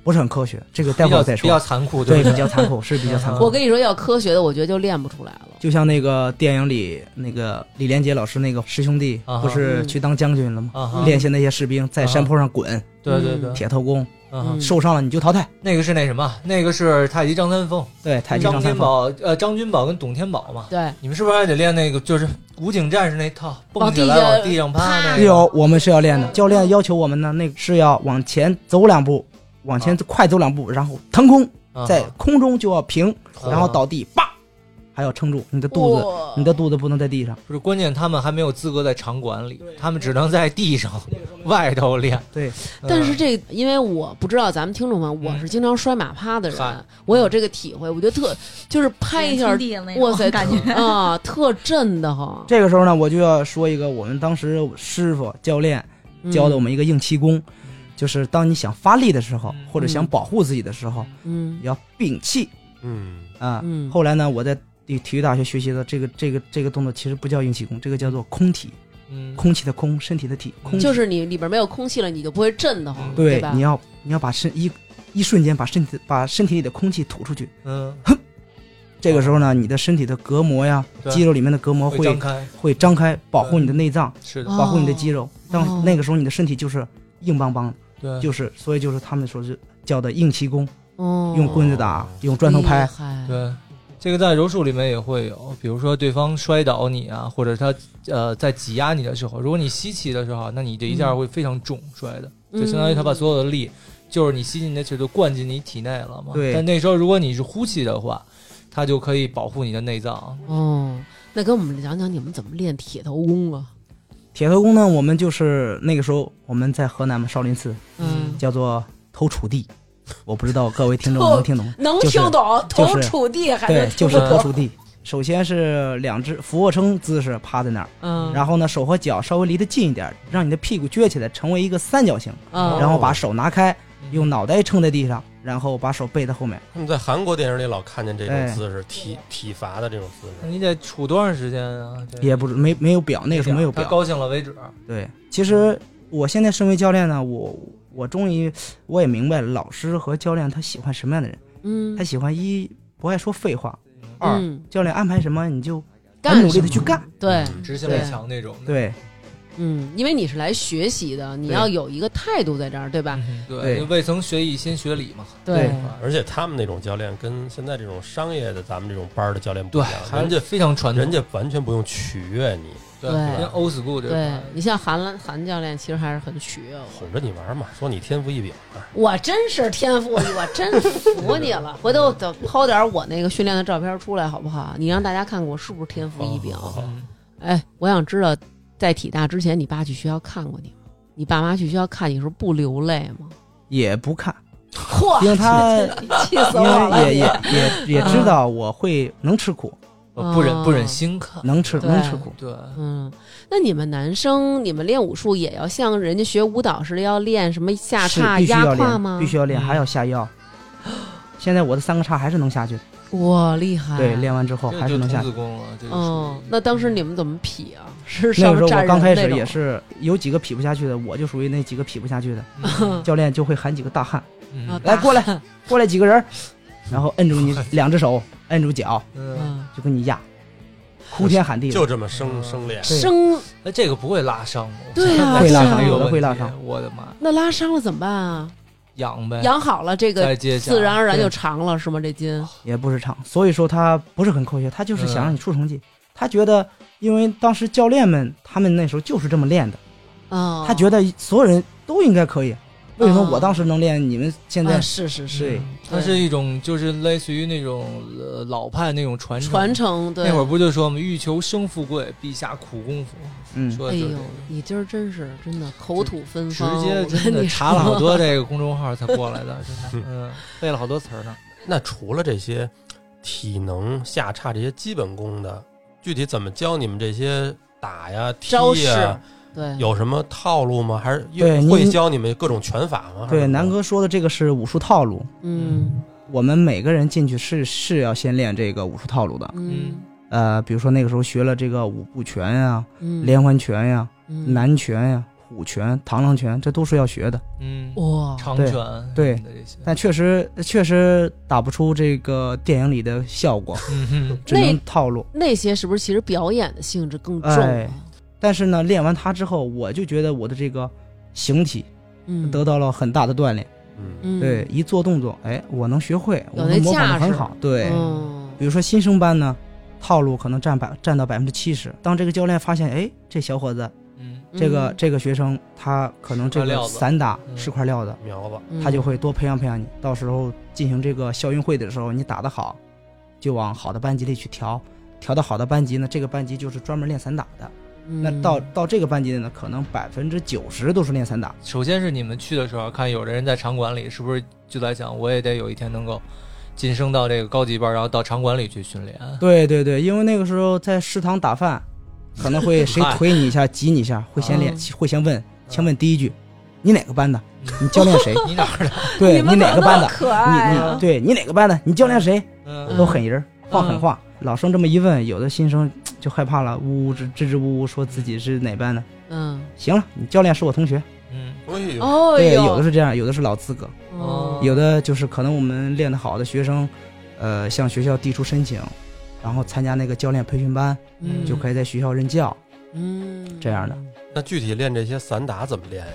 不是很科学。这个待
比
会儿
较
再
比
说。
较残酷，
对，
不
比较残酷，是比较残 酷。
我跟你说，要科学的，我觉得就练不出来了。
就像那个电影里那个李连杰老师那个师兄弟
啊哈，
不是去当将军了吗？
啊哈，啊
练习那些士兵在山坡上滚、
对对对，
铁头功，
啊哈
嗯
受伤了你就淘汰。
那个是那什么，那个是太极张三丰，
对，太极
张
张
天
三丰。
宝呃张君宝跟董天宝嘛，
对，
你们是不是还得练那个就是武警战士那套，蹦起来
往地下
往哦地上趴那个？
有，我们是要练的。教练要求我们呢，那个是要往前走两步，往前快走两步，然后腾空，
啊哈
在空中就要平，
啊
然后倒地，叭，还要撑住你的肚子，
哇
你的肚子不能在地上。
不是关键，他们还没有资格在场馆里，他们只能在地上外头练。
对，
嗯
但是这，因为我不知道咱们听众
嗯
们，我是经常摔马趴的人，我有这个体会，我觉得特就是拍一下
天，地的那种
哇塞，
感觉，
啊，特震的慌。
这个时候呢，我就要说一个我们当时师傅教练
嗯
教的
嗯
我们一个硬气功，就是当你想发力的时候
嗯，
或者想保护自己的时候，
嗯，
要屏气
嗯，
啊。
嗯
后来呢，我在体体育大学学习的这个这个这个动作，其实不叫硬气功，这个叫做空体，
嗯
嗯，
空气的空，身体的体，空气
就是你里边没有空气了，你就不会震得慌，
对，
吧
你？要你要把身一一瞬间把身体把身体里的空气吐出去。
嗯，
这个时候呢，你的身体的隔膜呀，
对
肌肉里面的隔膜
会张
会
开，
会张开，保护你的内脏，
是的，
哦
保护你的肌肉。
哦
当那个时候，你的身体就是硬邦邦
对，
的，就是所以就是他们所是叫的硬气功，
哦，
用棍子打，用砖头拍
厉。害，
对，这个在柔术里面也会有，比如说对方摔倒你啊，或者他呃在挤压你的时候，如果你吸气的时候，啊那你这一下
嗯
会非常重摔的，
嗯
就相当于他把所有的力，就是你吸进的气儿都灌进你体内了嘛。
对
但那时候如果你是呼气的话，它就可以保护你的内脏。
哦，那跟我们讲讲你们怎么练铁头功啊？
铁头功呢，我们就是那个时候我们在河南嘛，少林寺
嗯，
叫做头杵地，我不知道各位 听众能听懂吗。
能
就是
听懂，
就
头
是
触地还
对
能，听
就是
懂
头。杵地。首先是两只俯卧撑姿势趴在那儿，
嗯，
然后呢手和脚稍微离得近一点，让你的屁股撅起来，成为一个三角形，
嗯
然后把手拿开，
嗯
用脑袋撑在地上，然后把手背在后面。
他们在韩国电影里老看见这
哎
种姿势，体体罚的这种姿
那
势。
你得杵多长时间啊？这
也不是没没有表，那个时候没有
他
表。
高兴了为止。
对，其实我现在身为教练呢，我我终于我也明白了，老师和教练他喜欢什么样的人。
嗯
他，喜欢一不爱说废话，二
嗯，
教练安排什么你就
干
很努力的
什
去干。
么对，
执行力强那种的，
对
嗯，因为你是来学习的，你
对
要有一个态度在这儿，对吧？
嗯
对
对，就未曾学艺先学礼嘛。
对
而且他们那种教练跟现在这种商业的咱们这种班儿的教练不
对
一样，，
还
人
是
家
非常传统。
人家完全不用取悦你，
对，
对
跟 old school
对
这块
你像韩兰韩教练，其实还是很取悦我。
哄着你玩嘛，说你天赋异禀嘛。
我真是天赋，我真服你 了。回头等抛点我那个训练的照片出来，好不好？你让大家看看我是不是天赋异禀。
好好好
嗯
哎，我想知道，在体大之前，你爸去学校看过你吗？你爸妈去学校看你时候不流泪吗？
也不看，
嚯，
因为他
气死
因
我了！
为也也也也知道我会能吃苦，
呃不忍不
哦
忍心看，
能吃
对
能吃苦。
对，
嗯，那你们男生，你们练武术也要像人家学舞蹈似的，要练什么下
是
叉、
必须要
压胯吗
练，必？须要练，
嗯
还要下腰。现在我的三个叉还是能下去，
哇，厉害！啊
对，练完之后
这
还是
就
能
童
下去
子。功了，这就
嗯
属，于
那当时你们怎么劈啊？是
那
上
个时
面
候
站
我
人
刚开
那
始
种
也 是有几个劈不下去的，我就属于那几个劈不下去的。
嗯
教练就会喊几个大汉
啊
嗯，
大
来过来，过来几 个人儿，然后摁住 你两只手，摁住脚，
嗯，
嗯
就跟你压，哭天喊地的
就。这么生生练，
对
生
那哎这个不会拉伤吗？
对啊
会拉伤
这个
有的
问
会拉
题
伤。
我的妈，
那拉伤了怎么办啊？
养呗，
养好了这
再
个
接下
自然而然
对
就长了是吗？这筋
也不是长，所以说他不是很科学，他就是想让
嗯
你出成绩。他觉得，因为当时教练们他们那时候就是这么练的，
啊，
他觉
得
得所有人都应该可以。为什
嗯
么我当时能练，你们现在
啊是是是
对
嗯它是一种就是类似于那种呃老派那种传承
传。承对
那会儿不就说嘛，欲求生富贵，必下苦功夫。
嗯，
说
哎
的就是
呦
这个，
你今儿真是真的口吐芬
直
芳，
接
我
真
跟
的
你
查了
说
好多这个公众号才过来 的，真的，嗯，背了好多词儿呢。
那除了这些体能、下叉这些基本功的，具体怎么教你们这些打呀、踢
招式
呀，
对，
有什么套路吗？还是
对您
会教你们各种拳法吗？还
对，
是
南哥说的这个是武术套路。
嗯
我们每个人进去是是要先练这个武术套路的，
嗯
呃，比如说那个时候学了这个五步拳呀、
嗯，
连环拳呀、
嗯
南拳呀、虎拳、螳螂拳，这都是要学的。
嗯，
哇，
长
对
拳什
对
么的这些，
但确实确实打不出这个电影里的效 果，
嗯哼，
只能套路。
那些是不是其实表演的性质更重
哎
啊？
但是呢，练完它之后，我就觉得我的这个形体
嗯，
得到了很大的锻炼。
嗯，
嗯
对，一做动作，哎，我能学会，
有
我
那
能模仿
架
的很
势
好。对，
嗯
比如说新生班呢，套路可能占百占到百分之七十。当这个教练发现，哎，这小伙子，
嗯，
这个、
嗯
这个学生，他可能这
是块
个
料子
散打
嗯
是块料子，
苗子，
嗯
他就会多培养培养你。到时候进行这个校运会的时候，你打得好，就往好的班级里去调。调到好的班级呢，这个班级就是专门练散打的。那到
嗯
到这个班级的呢，可能百分之九十都是练散打。
首先是你们去的时候，看有的人在场馆里，是不是就在想，我也得有一天能够晋升到这个高级班，然后到场馆里去训练。
对对对，因为那个时候在食堂打饭，可 能会谁推你一下、挤你一下，会先练，
嗯
会先问，先问第一句，你哪个班的？你教练谁？
你哪儿的？
对
们
哪
怎
个
么
班
那么
的？
可啊
你你对你哪个班的？你教练谁？
嗯
都狠人儿，放狠话。老生这么一问，有的新生就害怕了，呜呜支支支吾吾说自己是哪班的。
嗯，
行了，你教练是我同学。
嗯，
哎呦，
哦
对，有的是这样，有的是老资格，
哦
有的就是可能我们练得好的学生，呃，向学校递出申请，然后参加那个教练培训班，
嗯
就可以在学校任教。
嗯
这样的
那具体练这些散打怎么练呀？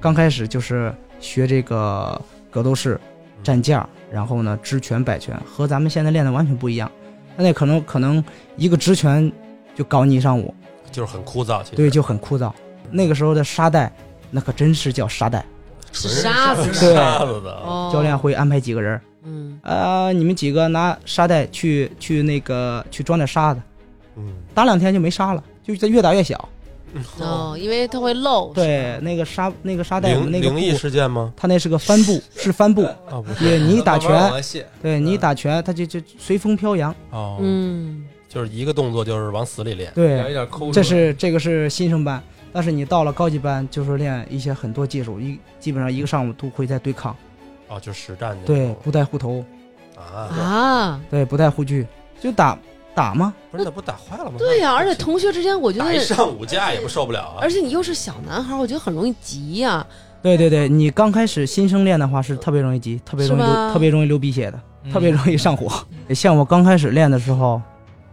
刚开始就是学这个格斗式站架，然后呢支拳摆拳，和咱们现在练的完全不一样。那那可能可能一个直拳就搞你一上午，
就是很枯燥，其实
对，就很枯燥。那个时候的沙袋，那可真是叫沙袋。
是
纯是
沙子
对
沙子的啊，
哦
教练会安排几个人，
嗯
啊，你们几个拿沙袋去去那个去装点沙子，
嗯，
打两天就没沙了，就是越打越小。
哦，因为它会漏
对，那个沙那个沙袋，我们
灵
那个
灵异
布，
事件吗？
它那是个帆布，是帆布。
啊，不是
对，你打
嗯 慢慢
拳，
往下卸
对你打拳，它就就随风飘扬。
哦，
嗯
就是一个动作就是往死里练，
一点一
对，
点抠出来，
这是这个是新生班，但是你到了高级班，就是练一些很多技术，一基本上一个上午都会在对抗。
哦，就实战的
对，不戴护头，嗯
啊，
啊，
对，不戴护具，就打打吗？
不是那不打坏了吗？
对呀、而且同学之间，我觉
打一
得，
上午架也不受不了啊
而，且你又是小男孩，我觉得很容易急呀、
对对对，你刚开始新生练的话是特别容易急，特别容易
是吧
流，特别容易流鼻血的，
嗯
特别容易上火。像我刚开始练的时候，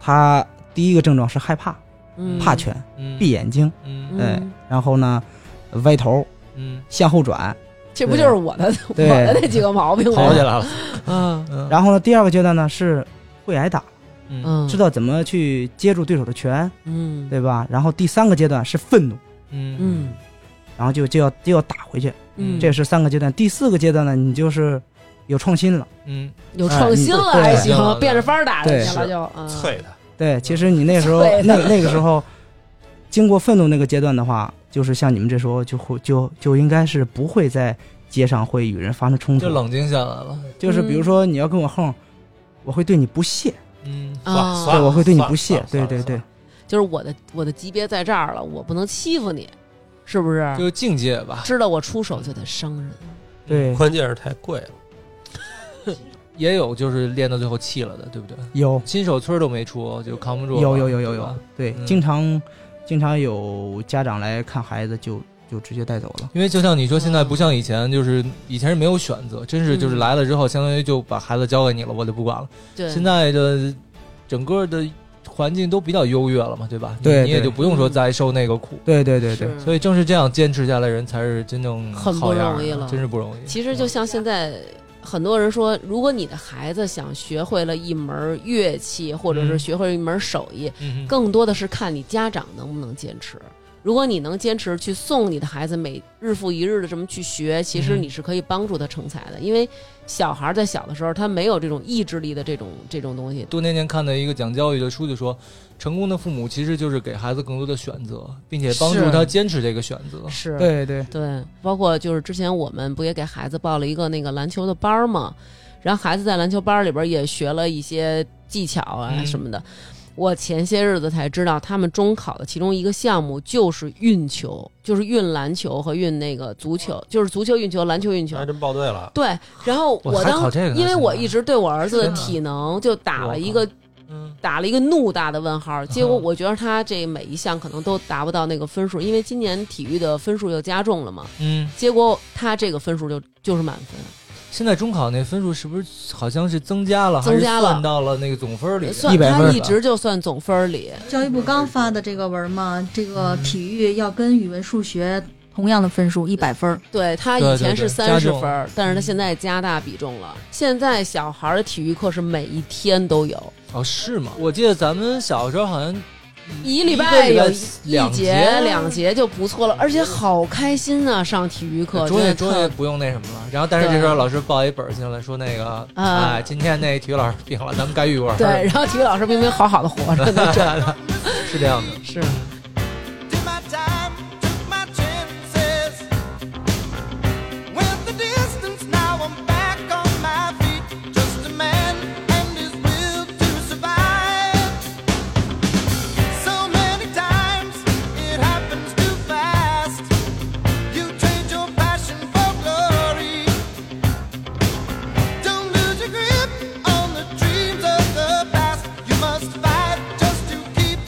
他第一个症状是害怕，
嗯，
怕拳，
嗯
闭眼睛，
嗯
嗯
哎，然后呢，歪头
嗯，
向后转，
这不就是我的我
对
的那几个毛病
跑
吗
起？来了，
嗯
嗯
然后呢，第二个阶段呢是会挨打，
嗯
嗯，
知道怎么去接住对手的拳，
嗯
对吧？然后第三个阶段是愤怒，
嗯
嗯
然后就就要就要打回去，
嗯，
这是三个阶段。第四个阶段呢，你就是有创新了。
嗯，
有创新了
哎
还
你
行
对，
变着法儿打
对
人家了就啊，
脆的，
嗯
对，其实你那 时候
对
那那个时候，经过愤怒那个阶段的话，就是像你们这时候就会就就应该是不会在街上会与人发生冲
就
突，
冷静下来了，
就是比如说你要跟我横，我会对你不屑，
嗯
啊
算
对，
了
我会对你
算了
不屑
算，了
对
算
对
了
对
就是我的我的级别在这儿了，我不能欺负你，是不是？
就是境界吧，
知道我出手就得伤人，
对，
关键是太贵了，
也有就是练到最后气了的，对不对？
有
新手村都没出，就扛不住了。
有有有有
对吧
有，，对，
嗯
经常经常有家长来看孩子就就直接带走了，
因为就像你说，现在不像以前，就是以前是没有选择，真是就是
嗯
来了之后，相当于就把孩子交给你了，我就不管了。
对，
现在的整个的环境都比较优越了嘛，对吧？你
对
你也
对
就不用说再受那个苦。
对对对对，
是
所以正是这样坚持下来，人才是真正
很嗯不
好样儿
容易
的
了
真是不容易。
其实就像现在很多人说，如果你的孩子想学会了一门乐器，或者是
嗯
学会一门手艺，
嗯
更多的是看你家长能不能坚持。如果你能坚持去送你的孩子每日复一日的这么去学，其实
嗯
你是可以帮助他成才的，因为小孩在小的时候他没有这种意志力的这种这种东西。
多年前看的一个讲教育的书就说，成功的父母其实就是给孩子更多的选择，并且帮助
是
他坚持这个选择。
是，
对对
对，包括就是之前我们不也给孩子报了一个那个篮球的班儿嘛，然后孩子在篮球班儿里边儿也学了一些技巧啊
嗯
什么的。我前些日子才知道，他们中考的其中一个项目就是运球，就是运篮球和运那个足球，就是足球运球、篮球运球
还。真报对了，
对，然后
啊我
我
还考
当
这个呢
因为
现
我
在
一直对我儿子的
天哪
体能就打了一个
嗯
打了一个怒大的问号。结果我觉得他这每一项可能都达不到那个分数，因为今年体育的分数又加重了嘛。
嗯，
结果他这个分数就就是满分，
现在中考那分数是不是好像是增加了，还是
增加了呃
算到了那个总分儿里？
算
100
他
分
一直就算总分儿里，
教育部刚发的这个文嘛，这个体育要跟语文、数学同样的分数，一百分儿。
对他
对
以前
对对
是三十
加
分
重
儿，但是他现在加大比重了。现在小孩儿的体育课是每一天都有，
哦，是吗？我记得咱们小时候好像
一礼拜有
有
一一节两节就不错了，而且好开心啊！上体育课
终
真
于
的
终
特
于不用那什么了。然后，但是这时候老师报一本儿进来，说那个，
啊
哎，今天那体育老师病了，咱们改语文儿。
对，然后体育老师明明好好的活着呢，
是这样的。
是。
Did my time, took my chances. Went the distance, now I'm back on my feet. Just a man and his will to survive. So many times it happens too fast. You trade your passion for glory. Don't lose your grip on the dreams of the past. You must fight just to keep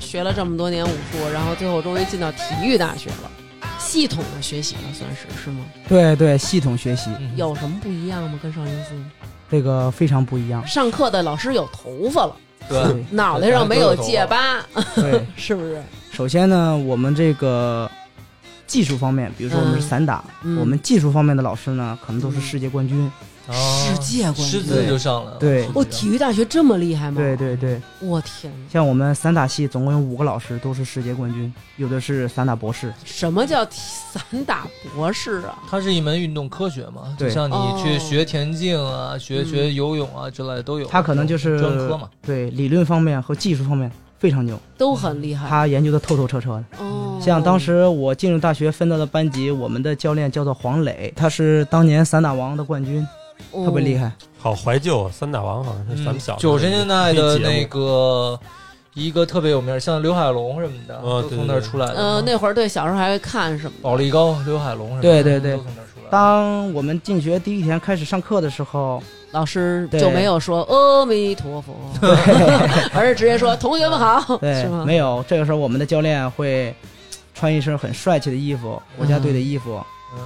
学了这么多年武术，然后最后终于进到体育大学了，系统的学习了，算是是吗？
对对，系统学习
嗯
有什么不一样吗？跟少林寺
这个非常不一样。
上课的老师有头发了，
对，
脑袋上没有哦戒疤，
对，
是不是？
首先呢，我们这个技术方面，比如说我们是散打，
嗯嗯
我们技术方面的老师呢，可能都是世界冠军。
哦
世界冠军
师资就上来了，
对
我体育大学这么厉害吗？
对对对，
我天哪！
像我们散打系总共有五个老师都是世界冠军，有的是散打博士。
什么叫体散打博士啊？
它是一门运动科学嘛，就
对
像你去
哦
学田径啊、学
嗯
学游泳啊之类的都有。
他可能就是
专科嘛，
对理论方面和技术方面非常牛，
都很厉害。
他研究的透透彻彻的。
啊哦，
像当时我进入大学分到的班级，我们的教练叫做黄磊，他是当年散打王的冠军，特别厉
害。
害。
好怀旧啊，三大王好像是咱们小时候
嗯九十年代的
一节
那
目
个一个特别有名儿，像刘海龙什么的，
哦
都
对
从那儿出来的嘛。
呃，那会儿对小时候还会看什
哦
么？
保利高、刘海龙什么的，
对对对
都从那儿出来的。
当我们进学第一天开始上课的时候，
老师
对
就没有说阿弥陀佛， 而是直接说同学们好，
对
是吗？，
没有。这个时候，我们的教练会穿一身很帅气的衣服，国家队的衣服，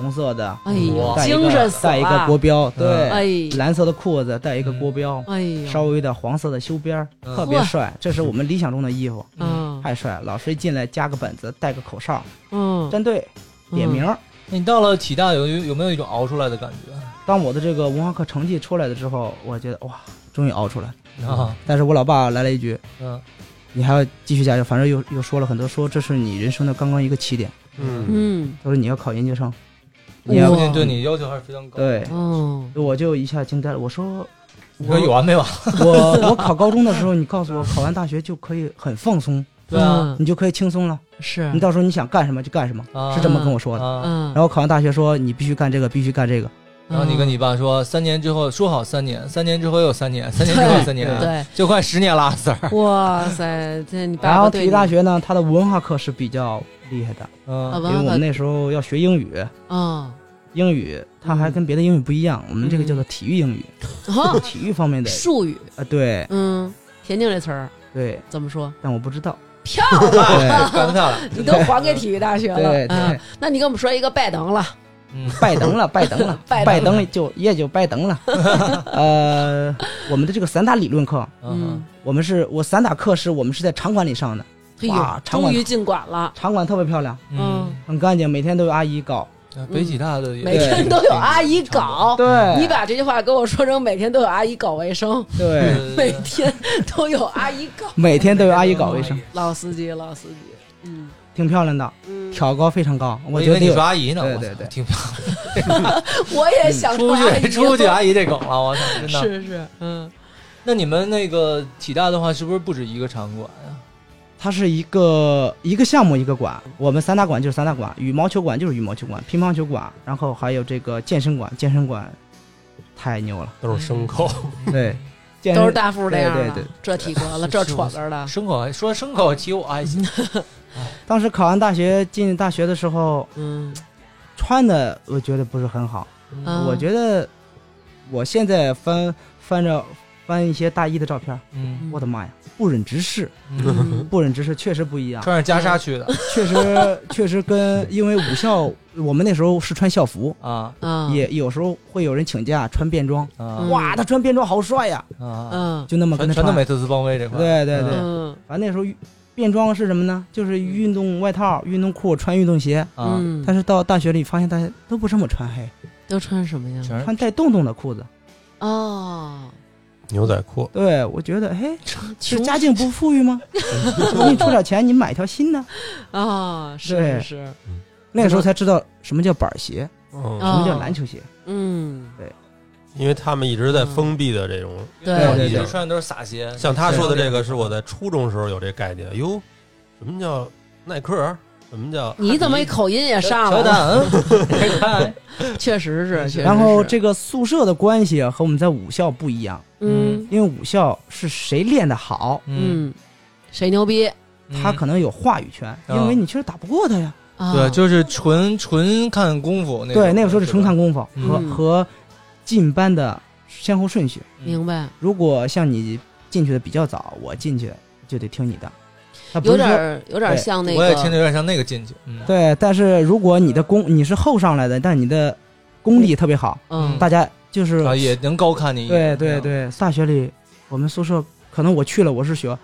红
嗯
色的，
哎呦，
带
嗯
一
精
个
神死了。
带一个国标，
哎
对，
呦，
蓝色的裤子，带一个国标，
哎呦，
稍微的黄色的修边儿，
嗯
特别帅。这是我们理想中的衣服，
嗯，
嗯
太帅了。老师一进来，加个本子，戴个口哨，
嗯，
站队，点名。
那你到了体大有有没有一种熬出来的感
当我的这个文化课成绩出来了之后，我觉得哇，终于熬出来了。
嗯
觉啊？
但是我老爸来了一句
嗯，：“
你还要继续加油。”反正又又说了很多，说这是你人生的刚刚一个起点。
嗯，
嗯
他说你要考研究生，
哇
你要
父亲对你要求还是非常高。，
对，
哦，
我就一下惊呆了。我说
你说有啊完没完？
嗯我我考高中的时候，你告诉我考完大学就可以很放松，
对啊，
你就可以轻松了。
嗯是
你到时候你想干什么就干什么，
啊
是这么跟我说
嗯
的。
啊。
嗯，
嗯然后考完大学说你必须干这个，必须干这个。
然后你跟你爸说，三年之后说好三年，三年之后又三年，三年之后又三年，啊
对，
就快十年了，Sir。
哇塞，这你爸
然
爸
后
对
体育大学呢，它的文化课是比较厉害的，
啊，
嗯
因为我
文化
们
课
那时候要学英语，
啊，
英语它
嗯
还跟别的英语不一样，我们这个叫做体育英语，
好
体育方面的
哦术语，
啊，对
嗯，田径这词儿
对，
怎么说？
但我不知道，
漂
对
干不下来。
你都还给体育大学了，
对
啊
对，
那你给我们说一个拜登了，，
嗯，
拜登了，拜登了
拜登
拜登就也就拜登了。 呃，我们的这个散打理论课，
嗯，
我们是我散打课是我们是在场馆里上的，
哎
哇
呦，
场
终
馆
于进馆了，
场馆特别漂亮，
嗯
嗯，
很干净，每天都有阿姨搞。
啊北体大的也
每天都有阿姨搞。
对，
哦你把这句话给我说成每天都有阿姨搞卫生，
对，
对
每天都有阿姨搞，
每天都有阿姨搞卫生，
老司机，老司机，嗯
挺漂亮的，
嗯，
挑高非常高，我
我以
觉
为
得
你
有
说阿姨呢，
对
我
对
操
对
挺漂
我也想说阿
亮。出
姨
去嗯出去，，阿姨这梗了，我操，真的。
是是，嗯，
那你们那个体大的话，是不是不止一个场馆啊呀？
它是一个一个项目一个馆，我们散打馆就是散打馆，羽毛球馆就是羽毛球馆，乒乓球馆，然后还有这个健身馆，健身馆太牛了，
都是牲口，
对，健身
都是大富这样
对
的，
对对
这体格了，
是
这
是
戳根
啊
了，
牲口还说牲口骑我还行，
当时考完大学进大学的时候
嗯，
穿的，我觉得不是很好，
嗯
啊
我觉得我现在翻翻着翻一些大一的照片，
嗯，
我的妈呀，不忍直视，
嗯
嗯
不忍直视，确实不 一样，
穿着袈裟去的
确实确实跟因为武校我们那时候是穿校服，
啊
啊，
也有时候会有人请假穿便装，
啊
哇，他穿便装好帅呀，
啊！
嗯
就那么跟
全
他
全
穿。
都美特斯邦威这块，
对对对，
嗯
反正那时候便装是什么呢？就是运动外套、运动裤，穿运动鞋。
啊，
嗯，
但是到大学里发现大家都不这么穿，嘿，
都穿什么呀？
全是
穿带洞洞的裤子。
哦，
牛仔裤，
对，我觉得，嘿，是
穷
家境不富裕 吗？我给你出点钱，你买一条新的。
啊，是
对
是，
那个时候才知道什么叫板鞋，什
嗯，
啊
么叫篮球鞋。
嗯，
因为他们一直在封闭的这种
嗯
对
对对
一直
对
穿的都是洒鞋，
像他说的这个，是我在初中时候有这概念。哟，什么叫耐克？什么叫阿迪？
你怎么口音也上
乔
了？
丹，嗯你看
确实是，确实
然后
是
这个宿舍的关系和我们在武校不一样，
嗯
因为武校是谁练得好，
嗯，谁牛逼
他可能有话语权，
哦
嗯
因为你确实打不过他呀。
啊？
对，就是纯纯看功夫那
对，那个时候是纯看
功
功夫和
嗯
和进班的先后顺序。
明白
如果像你进去的比较早，我进去就得听你的。它不
有
是
点
说
儿有点儿
对
像那
我也听着
个
有点像那个进去，嗯，
对，但是如果你的功你是后上来的，但你的功力特别好，
嗯
大家就是、
啊，也能高看你一
对
眼，
对
嗯，
对，大学里我们宿舍可能我去了，我是学，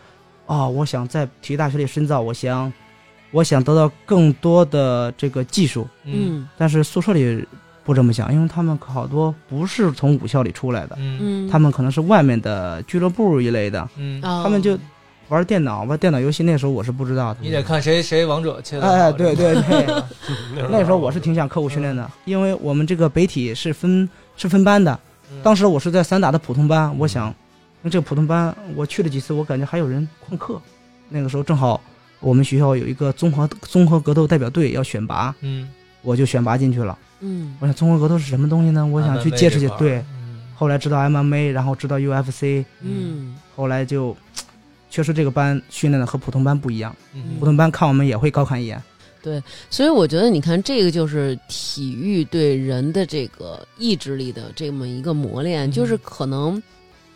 哦，我想在体育大学里深造，我想我想得到更多的这个技术，
嗯
嗯
但是宿舍里不这么想，因为他们好多不是从武校里出来的，
嗯
嗯，
他们可能是外面的俱乐部一类的，
嗯，
哦
他们就玩电脑玩电脑游戏，那时候我是不知道的。
你得看谁谁王者切的好，
哎，对对对，那时候我是挺
挺
想刻苦训练的，因为我们这个北体是分是分班的，当
时
时我是在散打的普通班，我想，那这个普通班我去了几次，我感觉还有人旷课。那个时候正好我们学校有一个综合综合格斗代表队要选拔，
嗯，
我就选拔进去了。
嗯
我想综合格斗是什么东西呢？我想去接触接
触，
对。
嗯
后来知道 MMA，然后知道 UFC，
嗯
后来就确实这个班训练的和普通班不一样。
嗯
普通班看我们也会高看一眼。
所以我觉得，你看，这个就是体育对人的这个意志力的这么一个磨练，
嗯
就是可能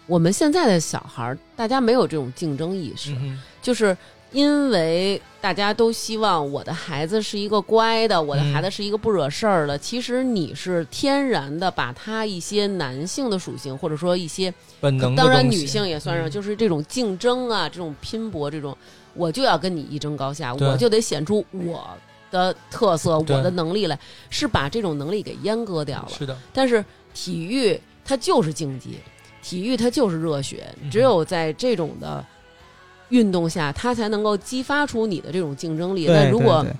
我们现在的小孩儿，大家没有这种竞争意识，
嗯
就是因为大家都希望我的孩子是一个乖的，我的
嗯
孩子是一个不惹事儿的。其实你是天然的把他一些男性的属性，或者说一些
本能的
当然
东西
女性也算上，
嗯
就是这种竞争啊，这种拼搏，这种我就要跟你一争高下，
对
我就得显出我的特色、我
对
的能力来，是把这种能力给阉割掉了。
是的，
但是体育它就是竞技，体育它就是热血
嗯，
只有在这种的运动下，它才能够激发出你的这种竞争力。那
对，
如果
对对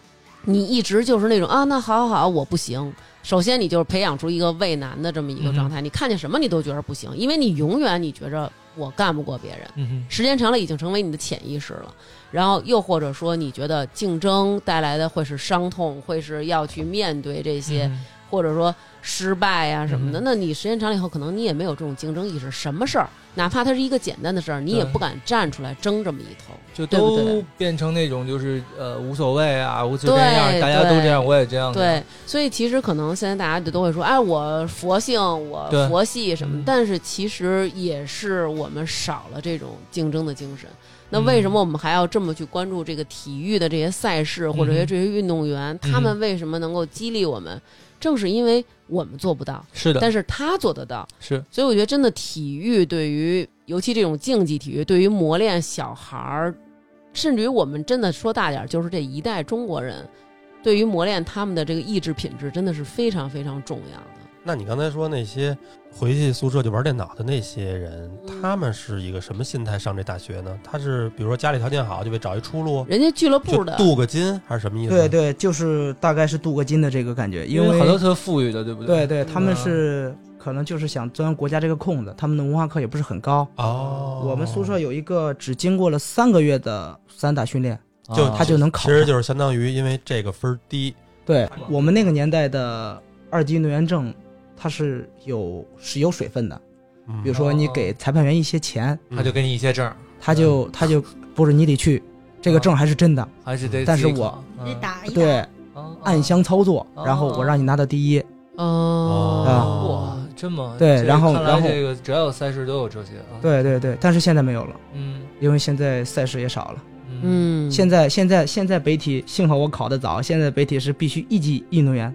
你一直就是那种啊，那好好好，我不行。首先，你就是培养出一个畏难的这么一个状态，
嗯
你看见什么你都觉得不行，因为你永远你觉着我干不过别人。
嗯哼，
时间长了已经成为你的潜意识了。然后又或者说，你觉得竞争带来的会是伤痛，会是要去面对这些，
嗯
或者说失败呀、什么的。
嗯
那你时间长了以后，可能你也没有这种竞争意识，什么事儿，哪怕它是一个简单的事儿，你也
对
不敢站出来争这么一头。
就
对不
都
对
变成那种就是呃无所谓啊，我随便
对
样儿，大家都
对
这样，我也这样，，
对，所以其实可能现在大家就都会说，哎，我佛性，我
对
佛系什么
嗯，
但是其实也是我们少了这种竞争的精神。那
嗯
为什么我们还要这么去关注这个体育的这些赛事，或者
嗯
说
哼
这些运动员，他
嗯
们为什么能够激励我们？正是因为我们做不到，
是的，
但是他做得到。
是
所以我觉得，真的体育对于，尤其这种竞技体育，对于磨练小孩儿，甚至于我们真的说大点儿，就是这一代中国人，对于磨练他们的这个意志品质，真的是非常非常重要的。
那你刚才说那些回去宿舍就玩电脑的那些人，他们是一个什么心态上这大学呢？他是比如说家里条件好，就为找一出路，
人家俱乐部
就
的，
镀个金，还是什么意思？
对对，就是大概是镀个金的这个感觉，因为
好多特富裕的，对不
对
对
对，他
嗯
们是可能就是想钻国家这个空子，他们的文化课也不是很高。
哦，
我们宿舍有一个只经过了三个月的散打训练，
啊
就
他就能考
哦其
上。
实就是相当于因为这个分儿低，
对我们那个年代的二级运动员证，它是有是有水分的。
嗯
比如说你给裁判员一些钱，
嗯
他就给你一些证儿，
他
哦
就他就不是你得去，这个证还是真的，
还是得
但是
自己
我
考
得
嗯
打一
对，
啊啊
暗箱操作，
哦
然后我让你拿到第一。啊
哦，
哇，这么
对
这
然后
看来
然后
这个只要有赛事都有这些啊，，
对对对，但是现在没有了，
嗯
因为现在赛事也少了。
嗯
嗯，
现在现在现在北体幸好我考得早，现在北体是必须一级运动员。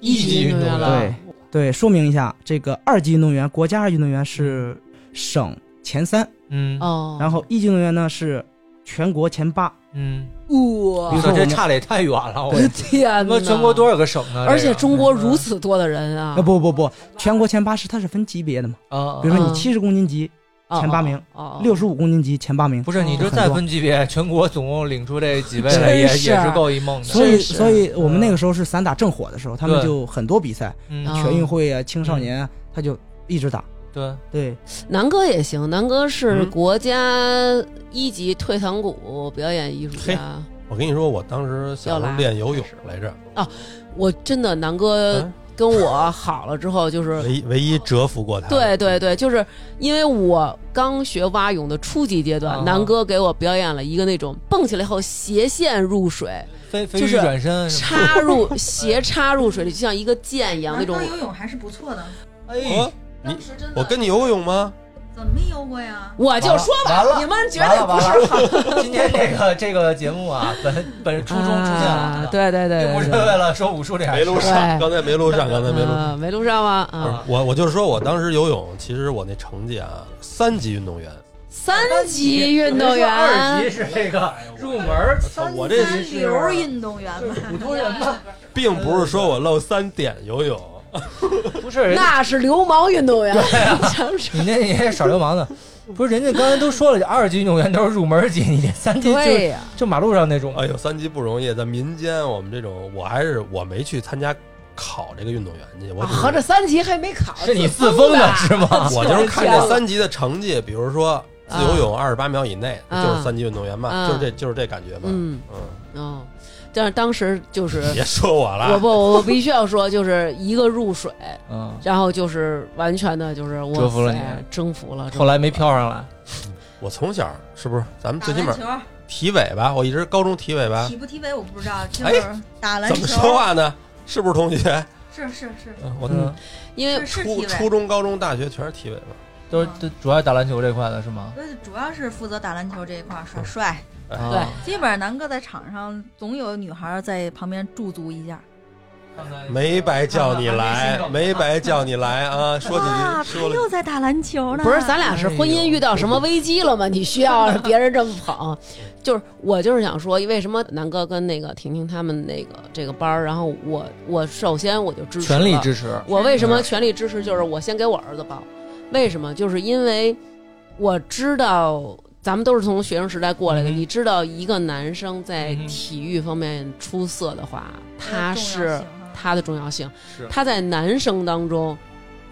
一
级
级运
运动
动
员
员了，
对对，说明一下，这个二级运动员，国家二级运动员是省前三，
嗯
嗯哦，
然后一级运动员呢是全国前八。
嗯，
哇
比
我
如说
操这
我们
差的也太远了，
我
我
的天
他妈
哪！
全国多少个省呢？
而且
这个嗯
中国如此多的人啊
啊，嗯不不不，全国前八是它是分级别的嘛，
啊，
比如说你
嗯
七十公斤级
哦
前八名，
哦哦
六十五公斤级前八名
不。是你这
很
再
多
分级别，全国总共领出这几位来，
真
也
是
也是够一梦的。
所以，
真是嗯
所以我们那个时候是散打正火的时候，他们
对
就很多比赛，
嗯，
啊
全运会啊、青少年
嗯
啊，他就一直打。
对，
对，
南哥也行，南哥是
嗯
国家一级退堂鼓表演艺术家。
我跟你说，我当时小时候练游泳来着，
我真的南哥
啊
跟我好了之后，
哎
就是
唯唯一折服过他。
对对对，就是因为我刚学蛙泳的初级阶
啊
段，南哥给我表演了一个那种蹦起来以后斜线入水，
飞飞
就
鱼
是
转身是吧，
插入斜插入水里，就像一个箭一样那种。
游泳还是不错的，
哎，
哦，你我跟你游过泳吗？
怎么没优过呀？
我就说吧
完了，
你们绝
完
对
了
不
完
是
了， 今天这个这个节目啊，本本初衷出现
啊
了，
对对对
并
对
不哎是
对，
为了说武术这样
没录上，刚才没录上，刚才没录上。
啊没录上吗？
不是
啊，
我我就是说我当时游泳，其实我那成绩啊，三级运动员，
三级运动员，
二级是这个入门，
操哦我这
三流运动员吧，
普通人嘛，
并不是说我漏三点游泳，
不是人家
那是流氓运动员。
啊 你那也是耍流氓的，不是人家刚才都说了，二级运动员都是入门级，你这三级
对
就
呀，
就马路上那种，
哎呦，三级不容易。在民间，我们这种，我还是我没去参加考这个运动员去，我只是
啊合着三级还没考，
哎是你
自
自 封的
吧
是吗？
我就是看这三级的成绩，比如说自由泳二十八秒以内，
啊
就是三级运动员嘛，
啊
就是这就是这感觉嘛。
嗯哦，但是当时就是
别说我
我
了
不，，我必须要说，就是一个入水，
嗯，
然后就是完全的，就是我哎
折服了你，
征服了。
后来没飘上来，
我从小是不是咱们
打
最起码
篮
啊
球，
体委吧？我一直高中体委吧，
体不体委我不知道，就是打篮
哎
球
怎么，说话呢？是不是同学？
是是是
嗯我
嗯，
因为
是是
初
体委
初。中、高中、大学全是体委嘛。
都是都主要是打篮球这块的是吗？
就是呃主要是负责打篮球这一块儿，耍帅。
哎
啊，
基本上南哥在场上总有女孩儿在旁边驻足一下。
没白叫你
啊
来，没白叫你来啊！说几
哇，他
句，说了
又在打篮球呢。
不是咱俩是婚姻遇到什么危机了吗？你需 要别人这么捧，就是我就是想说，为什么南哥跟那个婷婷他们那个这个班儿，然后我我首先我就支持
全力
了
支持，
我为什
嗯
么全力支持？就是我先给我儿子报，为什么？就是因为我知道咱们都是从学生时代过来的，
嗯哼
你知道一个男生在
嗯哼
体育方面出色的话，
呃
他是
他
他的重要性
是，
他在男生当中。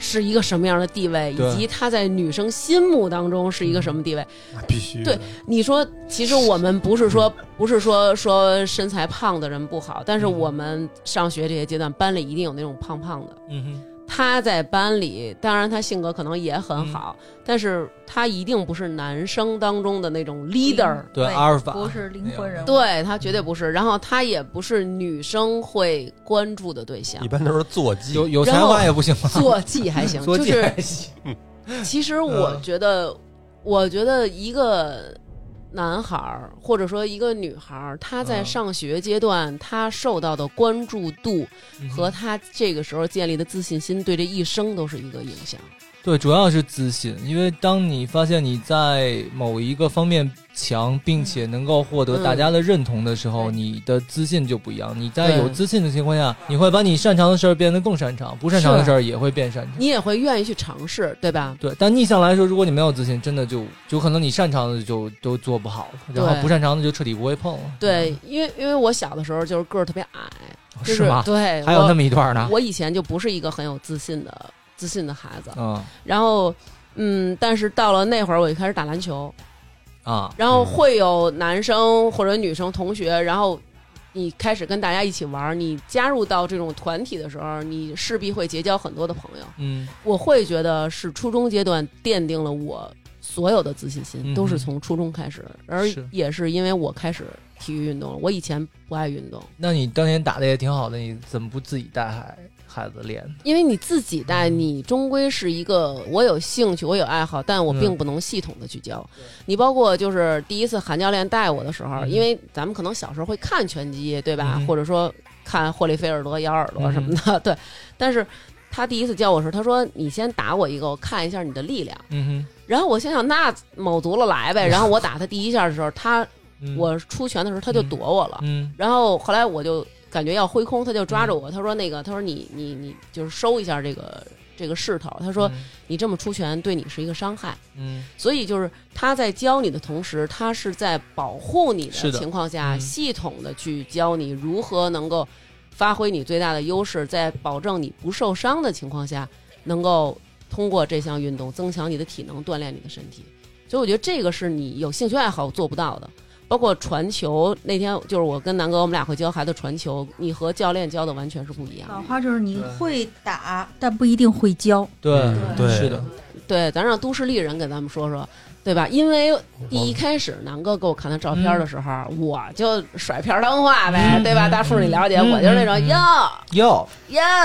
是一个什么样的地位，
对嗯
以及他在女生心目当中是一个什么地位？
那 必须
对你说，其实我们不是说 不是说说身材胖的人不好，但是
嗯
我们上学这些阶段，班里一定有那种胖胖的，
嗯哼，
他在班里，当然他性格可能也很好，
嗯
但是他一定不是男生当中的那
嗯
种 leader，、
对，
对
阿尔法
不是灵魂人物。
对他绝对不是。然后他也不是女生会关注的对象
一，般都是坐骑
有。有才
然后
华也不行吗？
坐骑还行，
坐
就
骑
是
还行，
其实我觉得，我觉得一个男孩儿或者说一个女孩儿，他在
嗯
上学阶段他受到的关注度
嗯
和他这个时候建立的自信心，对这一生都是一个影响。
对，主要是自信，因为当你发现你在某一个方面强，
嗯
并且能够获得大家的认同的时候，
嗯
你的自信就不一样。你在有
对
自信的情况下，你会把你擅长的事儿变得更擅长，不擅长的事儿也会变擅长。
你也会愿意去尝试，对吧？
对，但逆向来说，如果你没有自信，真的就有可能你擅长的就都做不好了，然后
对
不擅长的就彻底不会碰了。
对，因为因为我小的时候就是个儿特别矮，
嗯，
就是
是吗？
对，
还有
我
那么一段呢。
我以前就不是一个很有自信的自信的孩子，
嗯
然后嗯，但是到了那会儿我就开始打篮球，
啊，
然后会有男生或者女生同学，然后。你开始跟大家一起玩儿，你加入到这种团体的时候，你势必会结交很多的朋友。
嗯，
我会觉得是初中阶段奠定了我所有的自信
嗯
心，
哼
都是从初中开始，而
是
也是因为我开始体育运动了。我以前不爱运动，
那你当年打的也挺好的，你怎么不自己带孩孩子练？
因为你自己带，你终归是一个我有兴趣，我有爱好，
嗯
但我并不能系统的去教。你包括就是第一次韩教练带我的时候，
嗯
因为咱们可能小时候会看拳击，对吧？
嗯
或者说看霍利菲尔德、咬耳朵什么的，对。但是他第一次教我的时候，他说：“你先打我一个，我看一下你的力量。”
嗯
然后我想想，那卯足了来 呗。然后我打他第一下的时候，他
哼，
我出拳的时候他就躲我了。
嗯
然后后来我就感觉要挥空，他就抓着我，他说那个，他说你你你就是收一下这个这个势头。他说
嗯
你这么出拳对你是一个伤害，
嗯
所以就是他在教你的同时，他是在保护你
是
的
的
情况下，
嗯
系统的去教你如何能够发挥你最大的优势，在保证你不受伤的情况下，能够通过这项运动增强你的体能，锻炼你的身体。所以我觉得这个是你有兴趣爱好做不到的。包括传球，那天就是我跟南哥，我们俩会教孩子传球，你和教练教的完全是不一样的。
老话就是你会打，但不一定会教。
对
对
嗯是的，
对，咱让都市丽人给咱们说说，对吧？因为第一开始南哥给我看他照片的时候，我就甩片儿当话呗，对吧？大树你了解，
嗯
我就是那种
嗯
哟
哟，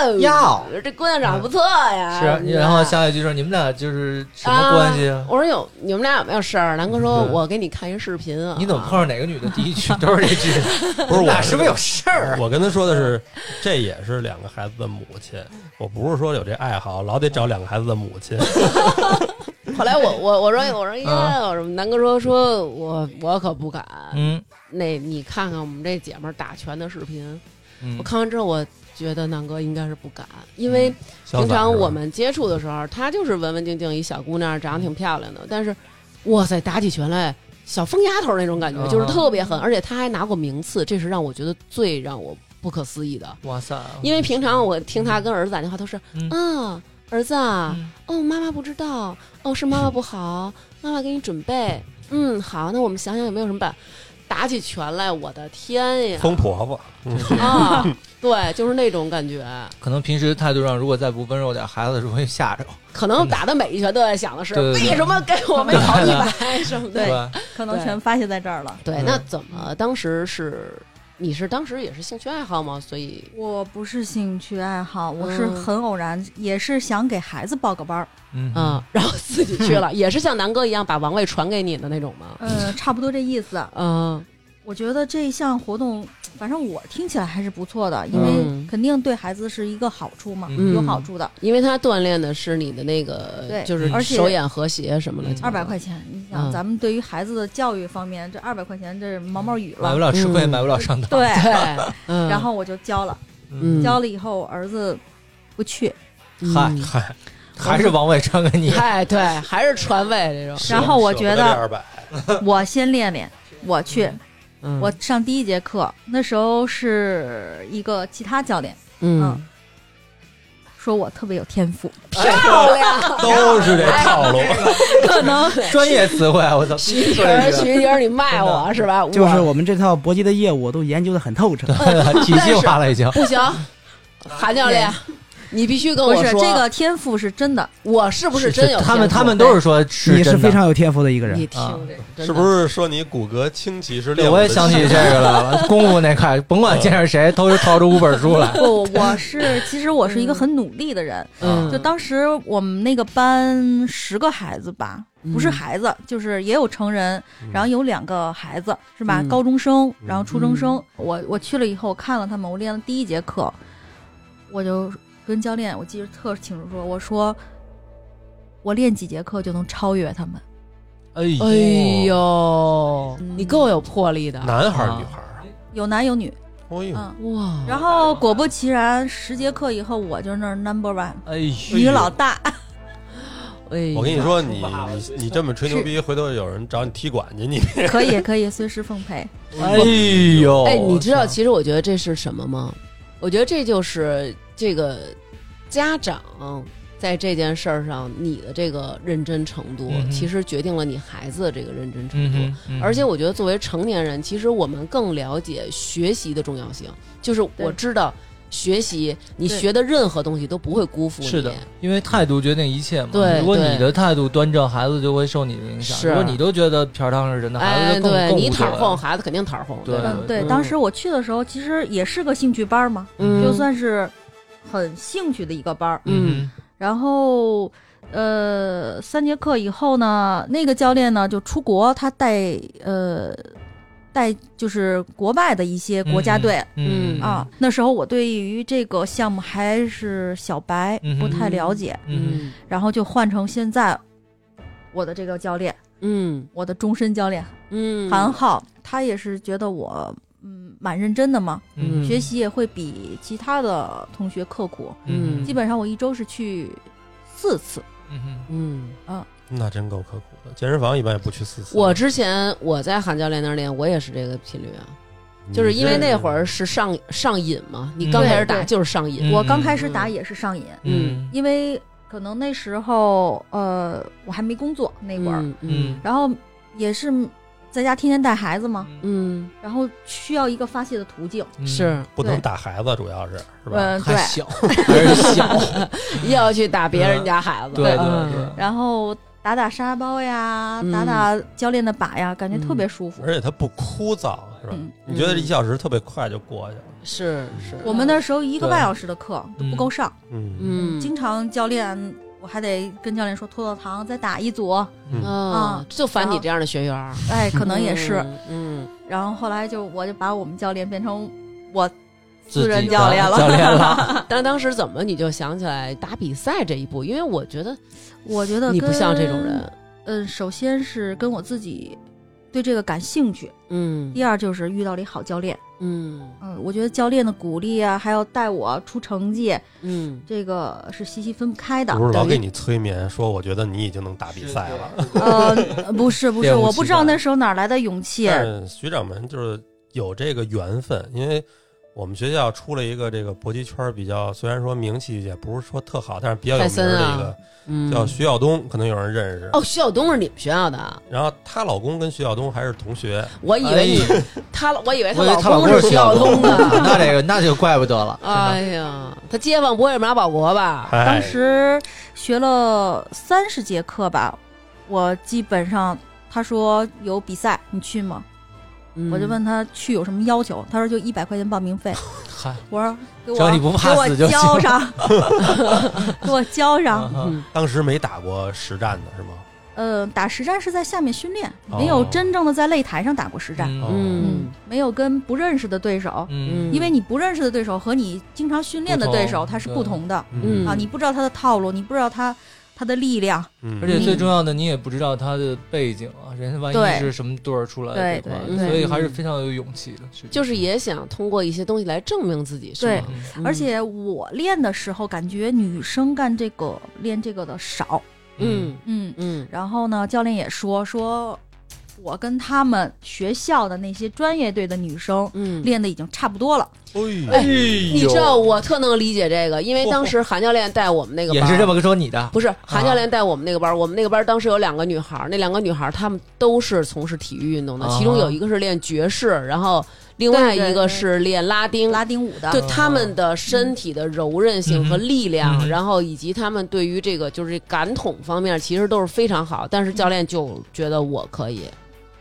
哟
哟，
这姑娘长得不错呀。
是，啊
你知道
然后下一句是你们俩就是什么关系？
啊？我说有，你们俩有没有事儿？南哥说，
对
我给你看一视频啊。
嗯你怎么碰上哪个女的第一句都是这句？
不是我
俩是不是有事儿？
我跟他说的是，这也是两个孩子的母亲。我不是说有这爱好，老得找两个孩子的母亲。
嗯后来我我我说我说
啊
呀，我说南哥说说我我可不敢。
嗯
那你看看我们这姐们儿打拳的视频，
嗯嗯
我，看完之后我。觉得南哥应该是不敢，因为
潇洒
平常
是吧
我们接触的时候，她就是文文静静一小姑娘，长得挺漂亮的。但是，哇塞，打起拳来小疯丫头那种感觉，
啊
就是特别狠，而且她还拿过名次，这是让我觉得最让我不可思议的。
哇塞，啊
因为平常我听她跟儿子打电话都是，
嗯
啊，儿子啊，
嗯
哦，妈妈不知道，哦，是妈妈不 好，妈妈给你准备。嗯，好，那我们想想有没有什么办法。打起拳来，我的天 呀！
疯婆婆，嗯
啊，对，就是那种感觉。
可能平时态度上如果再不温柔点，孩子容易吓着，
可能打的每一拳都在想的是，
对对对
为什么给我 们 跑一百什么
对
的。
吧？
可能全发泄在这儿了。
对
嗯，
那怎么当时是你是当时也是兴趣爱好吗？所以
我不是兴趣爱好，我是
嗯
很偶然，也是想给孩子报个班儿，
嗯
嗯， 然后自己去 了，也是像南哥一样把王位传给你的那种吗？
呃，差不多这意思。
嗯
我觉得这项活动，反正我听起来还是不错的，因为
嗯
肯定对孩子是一个好处嘛，
嗯
有好处的。
因为他锻炼的是你的那个
对，
就是
而且
手眼和谐什么的
嗯。
二百块钱，你
嗯
想，咱们对于孩子的教育方面，这二百块钱这毛毛雨
买不
了。
了吃亏，
嗯
买不了上当。
对，
对，嗯
然后我就交了，
嗯
交了以后儿子不去，
嗨
嗯
嗨，
还是王伟传给你，
嗨，对，还是传位这种。
然后我觉啊得
二百，
我先练练，我去，
嗯
我上第一节课，那时候是一个其他教练
嗯，
说我特别有天赋，
漂亮，
都是这套
哎
路。
可 能
专业词汇，啊我操！
徐婷儿，徐婷儿，你卖我是吧？
就是
我
我们这套搏击的业务我都研究的很透彻。
体系化了已经。
不 行，韩教练，你必须跟
不
我
是
说
这个天赋是 真的，
我是不是真有天赋？
他们他们都是啊说是
你
真
是
的
非常有天赋的一个人
你，听这
是不？是说你骨骼清奇是练
对，
武
我
的
也想起这个了， 功夫那块，甭管见着谁，都是掏出五本书来。
不，我是其实我是一个很努力的人，
嗯，
就当时我们那个班十个孩子吧，不是
嗯
孩子，就是也有成人，
嗯
然后有两个孩子是吧？
嗯
高中生，然后初中生
嗯。
我我去了以后，我看了他们，我练了第一节课，我就跟教练，我记得特清楚说，我说我练几节课就能超越他们。
哎
哎呦，你够有魄力的，
男孩儿女孩儿，
有男有女，
哎啊呦，
嗯，
哇！
然后果不其然，十节课以后我就是那儿 number one
哎
女
呦，
老大，
哎，
我跟你，说，你你你这么吹牛逼，回头有人找你踢馆去，你
可以可以随时奉陪。
哎呦，
哎，你知道，
我操
其实我觉得这是什么吗？我觉得这就是这个家长在这件事儿上你的这个认真程度，
嗯哼
其实决定了你孩子的这个认真程
嗯
度。
哼，嗯
而且我觉得，作为成年人，其实我们更了解学习的重要性。就是我
对
知道，学习你
对
学的任何东西都不会辜负你。
是的，因为态度决定一切嘛。
对
如果
对
你的态度端正，孩子就会受你的影响。
是
如果你都觉得片儿汤是人的，孩
哎，
子就更
对
更
你
无
讨
所
儿
谓
哄，孩子肯定讨儿哄。
对
吧
嗯，对，
嗯
当时我去的时候，其实也是个兴趣班嘛，
嗯，
就算是很兴趣的一个班儿。
嗯
然后，呃，三节课以后呢，那个教练呢就出国，他带呃带就是国外的一些
哼，
国家队、
嗯
嗯
啊。那时候我对于这个项目还是小白，
嗯
不
哼
太了解，
嗯
嗯
然后就换成现在我的这个教练，
嗯
我的终身教练
嗯，
韩浩，他也是觉得我嗯蛮认真的嘛，
嗯
学习也会比其他的同学刻苦，
嗯
基本上我一周是去四次。
嗯哼
嗯。
那真够刻苦的。健身房一般也不去四次，
我之前我在韩教练那儿练，我也是这个频率啊，
嗯
就是因为那会儿是上上瘾嘛，你刚开始打
对对
就是上瘾，
嗯
我刚开始打也是上瘾，
嗯
因为可能那时候呃我还没工作那会儿，
嗯嗯
嗯
然后也是在家天天带孩子嘛，
嗯
然后需要一个发泄的途径。
嗯
是
不能打孩子，主要是是吧？
嗯，对
还。小还是小，
又要去打别人家孩子，
对对
嗯
对，
然后打打沙包呀，
嗯
打打教练的靶呀，感觉特别舒服。
而且它不枯燥，是吧？
嗯
你觉得一小时特别快就过去了，
是是，
我们那时候一个
对
半小时的课都不够上，
嗯
嗯，
经常教练我还得跟教练说拖拖堂再打一组，
啊
啊，
就烦你
然后
这样的学员儿，
哎，可能也是。
嗯，
然后后来就我就把我们教练变成我
自己
私人
的
教练了
教练了，
嗯。 但当时怎么你就想起来打比赛这一步？因为我觉得
我觉得
你不
跟
像这种。人，
嗯，首先是跟我自己对这个感兴趣，
嗯
第二就是遇到了一好教练。
嗯
嗯，我觉得教练的鼓励啊，还有带我出成绩，
嗯，
这个是息息分不开的。
不是老
等于
给你催眠，说我觉得你已经能打比赛了。
呃，不是不 是，
练武
我不
奇
知道
才
那时候哪来的勇气。
嗯
但是学长们就是有这个缘分，因为我们学校出了一个这个搏击圈比较，虽然说名气也不是说特好，但是比较有
泰
名
森
儿的
啊
一个、
嗯
叫徐晓东，可能有人认识。
哦，徐晓东是你们学校的，
然后她老公跟徐晓东还是同学，
我 以为
哎
你他，我以为
我以为
老
她老公
是
是
徐
徐晓
晓东的。
那这个那就怪不得了。
哎呀，他街坊不会是马保国吧？
哎
当，时学了三十节课吧，我基本上他说有比赛，你去吗？我
嗯
就问他去有什么要求，他说就一百块钱报名费。
嗨，
我说给
嗯 只要
我
你不怕死就
给
行
我交 上， 给我交上。
嗯
当时没打过实战的是吗？
呃，打实战是在下面训练，
哦
没有真正的在擂台上打过实战。
嗯
嗯
没有跟不认识的对手，
嗯，
因为你不认识的对手和你经常训练的对手
不同
他是不同的
嗯
啊，你不知道他的套路，你不知道他他的力量，
嗯
而且最重要的，你也不知道他的背景啊，人家万一
对
是什么队儿出来的
对
话
对对
所以还是非常有勇气的。
就是也想通过一些东西来证明自己，是
对
吗
嗯
嗯
而且我练的时候感觉女生干这个练这个的少，
嗯
嗯，
嗯
然后呢，教练也说说，我跟他们学校的那些专业队的女生
嗯，
练的已经差不多了，
哎
哎
呦，
你知道我特能理解这个，因为当时韩教练带我们那个班
哦也
儿
是这么啊说你的，
不是韩教练带我们那个班儿，我们那个班儿当时有两个女孩儿，那两个女孩儿她们都是从事体育运动的，
啊
其中有一个是练爵士，然后另外
对对
一个
对
是练拉丁。
拉丁舞的，
对他们的身体的柔韧性和力量，
嗯嗯
然后以及他们对于这个就是感统方面，其实都是非常好。但是教练就觉得我可以，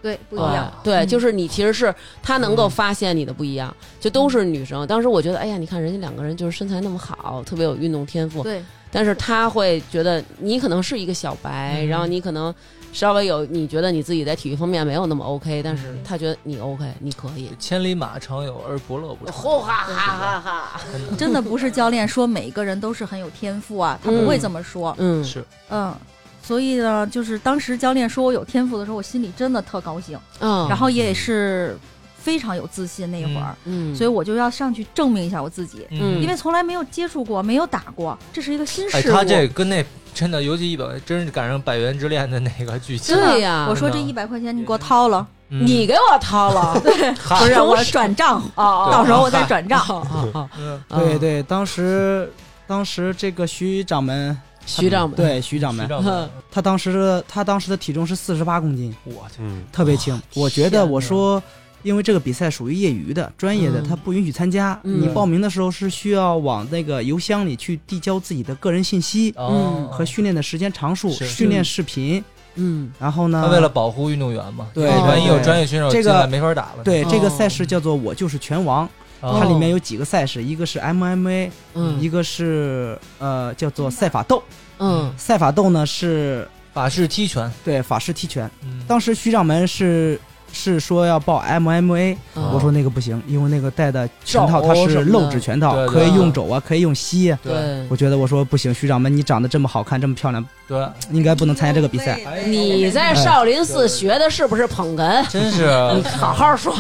对，不一
对
样，
对，
嗯
就是你其实是他能够发现你的不一样，就都是女生。当时我觉得，哎呀，你看人家两个人就是身材那么好，特别有运动天赋，
对，
但是他会觉得你可能是一个小白，
嗯
然后你可能稍微有你觉得你自己在体育方面没有那么 OK，但是他觉得你 OK，你可 以。
千里马常有，而伯乐不
嗯
常
吼
有。
哈哈哈哈！
真的
真的不是教练说每一个人都是很有天赋啊，他不会这么说，
嗯，
是
嗯。所以呢，就是当时教练说我有天赋的时候，我心里真的特高兴，
嗯，
然后也是非常有自信那一会儿，
嗯，
所以我就要上去证明一下我自己，
嗯
因为从来没有接触过，没有打过，这是一个新
哎，
事物。
他这跟那真的，尤其一百，真是赶上《百元之恋》的那个剧情
真，的
对呀
我说这
真的
一百块钱你给我掏了，
嗯
你给我掏 了，
嗨
不是
都
我
是
转 账，
哦
到时候我再转账。
哦哦
嗯
哦
对对，当时当时这个徐掌门，
徐掌门，
对徐掌
徐
门，
掌
嗯
门，
他当时的他当时的体重是四十八公斤，
我去，
嗯，
特别轻。我觉得
天
我
哪
说，因为这个比赛属于业余的、专业的，
嗯
他不允许参加。
嗯
你报名的时候是需要往那个邮箱里去递交自己的个人信息
哦
嗯
和训练的时间长数、
是哦
训练视频，
嗯
然后呢，
他为了保护运动员嘛，
对
因为万一有
对
专业选手
这
进
个
来没法打了。
对、
哦
这个赛事叫做“我就是拳王”，
哦
它里面有几个赛事，一个是 MMA，、一
嗯
个是呃叫做赛法斗。
嗯
赛法斗呢是
法式踢拳，
对法式踢拳，
嗯
当时徐掌门是。是说要报 MMA，、
嗯，
我说那个不行，因为那个戴的拳套
肘
它是
什么的
漏指拳套，
对
可以
对
用肘啊，可以用膝啊。
对
对
我，觉得我说不行，徐掌门你长得这么好看，这么漂亮，
对，
应该不能参加这个比赛。
你在少林寺学的是不是捧哏？
真是
你 好好说，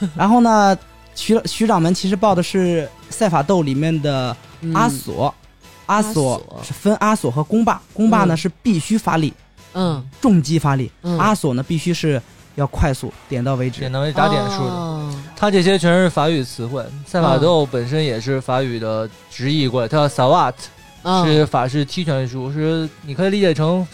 嗯
然后呢，徐徐掌门其实报的是赛法斗里面的
嗯
阿索，阿索
阿索
是分阿索和公霸，公霸呢
嗯
是必须发力，
嗯，
重击发力，
嗯
阿索呢必须是要快速点到为止
简。单为打点数的。
哦
他这些全是法语词汇，赛马斗本身也是法语的直译过来，它叫 savat，
嗯
是法式踢拳术，是你可以理解成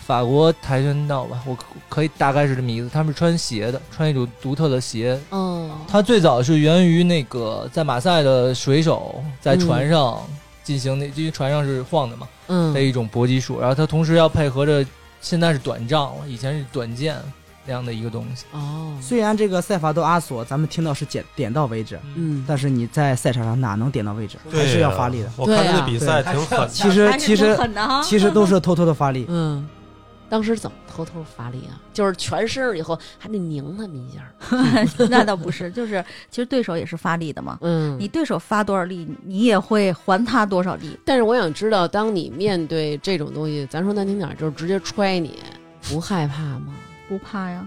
法国跆拳道吧，我可以大概是这么意思。他们是穿鞋的，穿一种独特的鞋。
哦，
它最早是源于那个在马赛的水手在船上进行那，因为船上是晃的嘛
嗯
的一种搏击术，然后它同时要配合着现在是短杖了，以前是短剑那样的一个东西。
哦，
虽然这个塞法斗阿索，咱们听到是点点到为止，
嗯，
但是你在赛场上哪能点到为止？
对啊
还是要
呀
发力的。
我看
对
他
呀
那比赛
对
挺狠的，
其实
还是
其实
挺狠的啊哈，
其实都是偷偷的发力。
嗯，当时怎么偷偷发力啊？就是全身儿以后还得拧他们一下儿。
那倒不是，就是其实对手也是发力的嘛。
嗯
你对手发多少力，你也会还他多少力。
但是我想知道，当你面对这种东西，咱说难听点儿，就是直接踹你，不害怕吗？
不怕呀，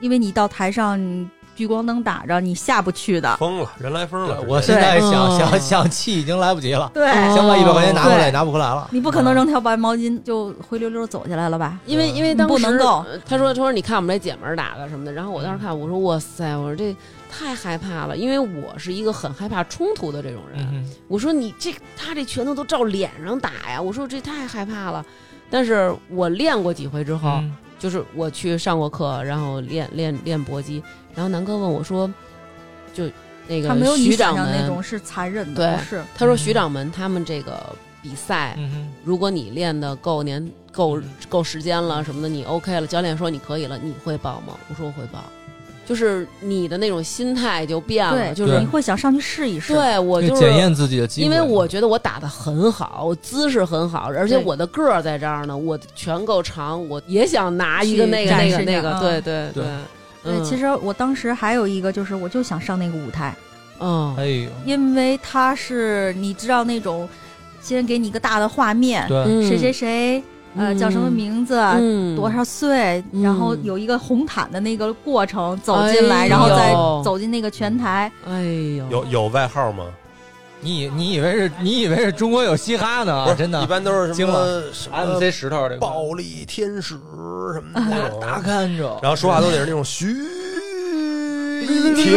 因为你到台上，你聚光灯打着，你下不去的。
疯了，人来疯了。
我
直
现
接
在想
哦
想想气已经来不及了，
对
哦
想把一百块钱拿回来
对
拿不回来了。
你不可能扔条白毛巾就灰溜溜走下来了吧？
因为因为
你
当时
不能够
呃他说他说你看我们这姐们儿打的什么的，然后我当时看我说哇塞，我说这太害怕了，因为我是一个很害怕冲突的这种人。
嗯哼，
我说你这他这拳头都照脸上打呀，我说这太害怕了。但是我练过几回之后，
嗯
就是我去上过课，然后练练练搏击，然后南哥问我说，就那
他没有
个
你
徐
想
掌
象那种嗯
门，
是残忍
对
的，不是。
他说徐掌门他们这个比赛，
嗯哼，
如果你练的够年够够时间了什么的，你 OK 了，教练说你可以了，你会报吗？我说我会报，就是你的那种心态就变了，
对，
就
你
是
会想上去试一试。
对我就
就是检验自己的机会。
因为我觉得我打的很好，我姿势很好，而且
对
我的个儿在这儿呢，我拳够长，我也想拿一个
去
那个
展
那
示
个
一下
那个，
啊
对对
对
对，
嗯
其实我当时还有一个，就是我就想上那个舞台，
嗯
哎呦，
因为他是你知道那种，先给你一个大的画面，
对，
嗯
呃谁谁谁，呃，叫什么名字，
嗯
多少岁，
嗯
然后有一个红毯的那个过程走进来，然后
哎
再
呦
走进那个拳台，
哎呦，
有有外号吗？
你以你以为是你以为是中国有嘻哈呢？
不是
啊真的
一般呃都是什
惊
么
了
什么
，MC 石头这个
暴力天使什么的那种，
大看着，
然后说话都得是那种徐婷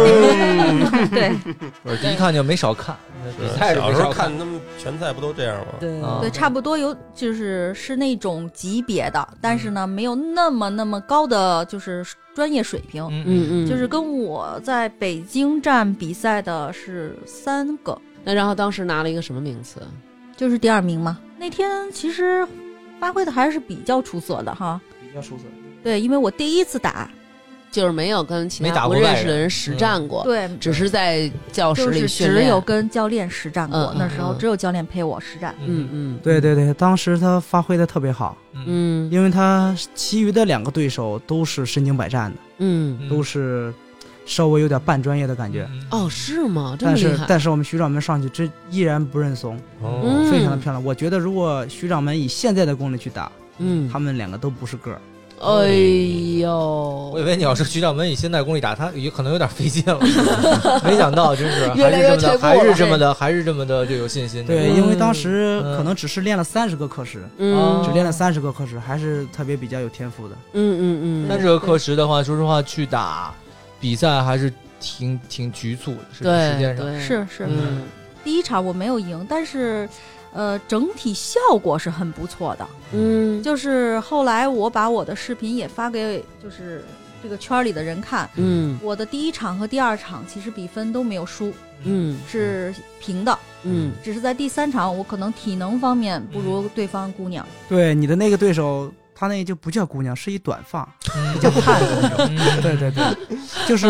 对
不是一看就没少看，比赛是
小
没
时候
少
看他们拳赛不都这样吗？
对
啊
对，差不多有就是是那种级别的，但是
嗯
呢，没有那么那么高的就是专业水平。
嗯
嗯嗯，
嗯，
就是跟我在北京站比赛的是三个，
那然后当时拿了一个什么名次？
就是第二名嘛。那天其实发挥的还是比较出色的哈。
比较出色。
对，因为我第一次打，
就是没有跟其
没
他
打
不
过
认
外
识的人实战过，
对，
哦只是在教室
嗯就
里
是
训
只
练。
有跟教练实战过
嗯，
那时候
嗯嗯
只有教练陪我实战。
嗯嗯
对对对，当时他发挥的特别好，
嗯
嗯
因为他其余的两个对手都是身经百战的，
嗯
都是稍微有点半专业的感觉。
嗯
哦，是吗？这么
但
厉
是
害？
但是我们徐掌门上去这依然不认怂，
哦，
嗯
非常的漂亮。我觉得如果徐掌门以现在的功力去打，
嗯
他，们两个都不是个儿。
哎
我
呦，
以为你要说徐掌门以现在功力打他，有可能有点 费劲了，没想到真是
越来越退步了
还是这么的，还是这么的，还是这么的就有信心。
对，
嗯
因为当时
嗯
可能只是练了三十个课时，
嗯，
只练了三十个课时，还是特别比较有天赋的。
嗯嗯
但
嗯，
这个课时的话，说实话，去打比赛还是挺挺局促的，是
对
时间上。
对
是是，
嗯
第一场我没有赢，但是，呃，整体效果是很不错的。
嗯
就是后来我把我的视频也发给就是这个圈儿里的人看，
嗯
我的第一场和第二场其实比分都没有输，
嗯
是平的，
嗯
只是在第三场我可能体能方面不如对方姑娘。
对，你的那个对手，他那就不叫姑娘，是一短发，
嗯
叫汉子。
嗯
对对对， 就是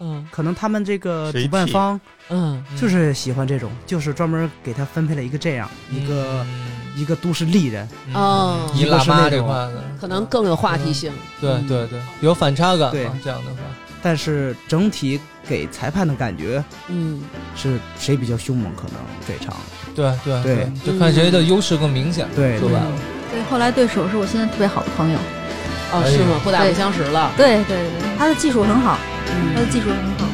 嗯
可能他们这个
谁
主办
替
方
嗯
嗯
就是喜欢这种，就是专门给他分配了一个这样一个
嗯
一个都市丽人。
嗯
哦
一辣妈这块的，
可能更有话题性。
对对对，有反差感
对
嘛？这样的话，
但是整体给裁判的感觉
嗯
是谁比较凶猛，可能这场。
对对
对，
就看谁的优势更明显。
对
说白了，
对，后来对手是我现在特别好的朋友。
哦，是吗？不打不相识了。
对对对，他的技术很好，他的
嗯
技术很好。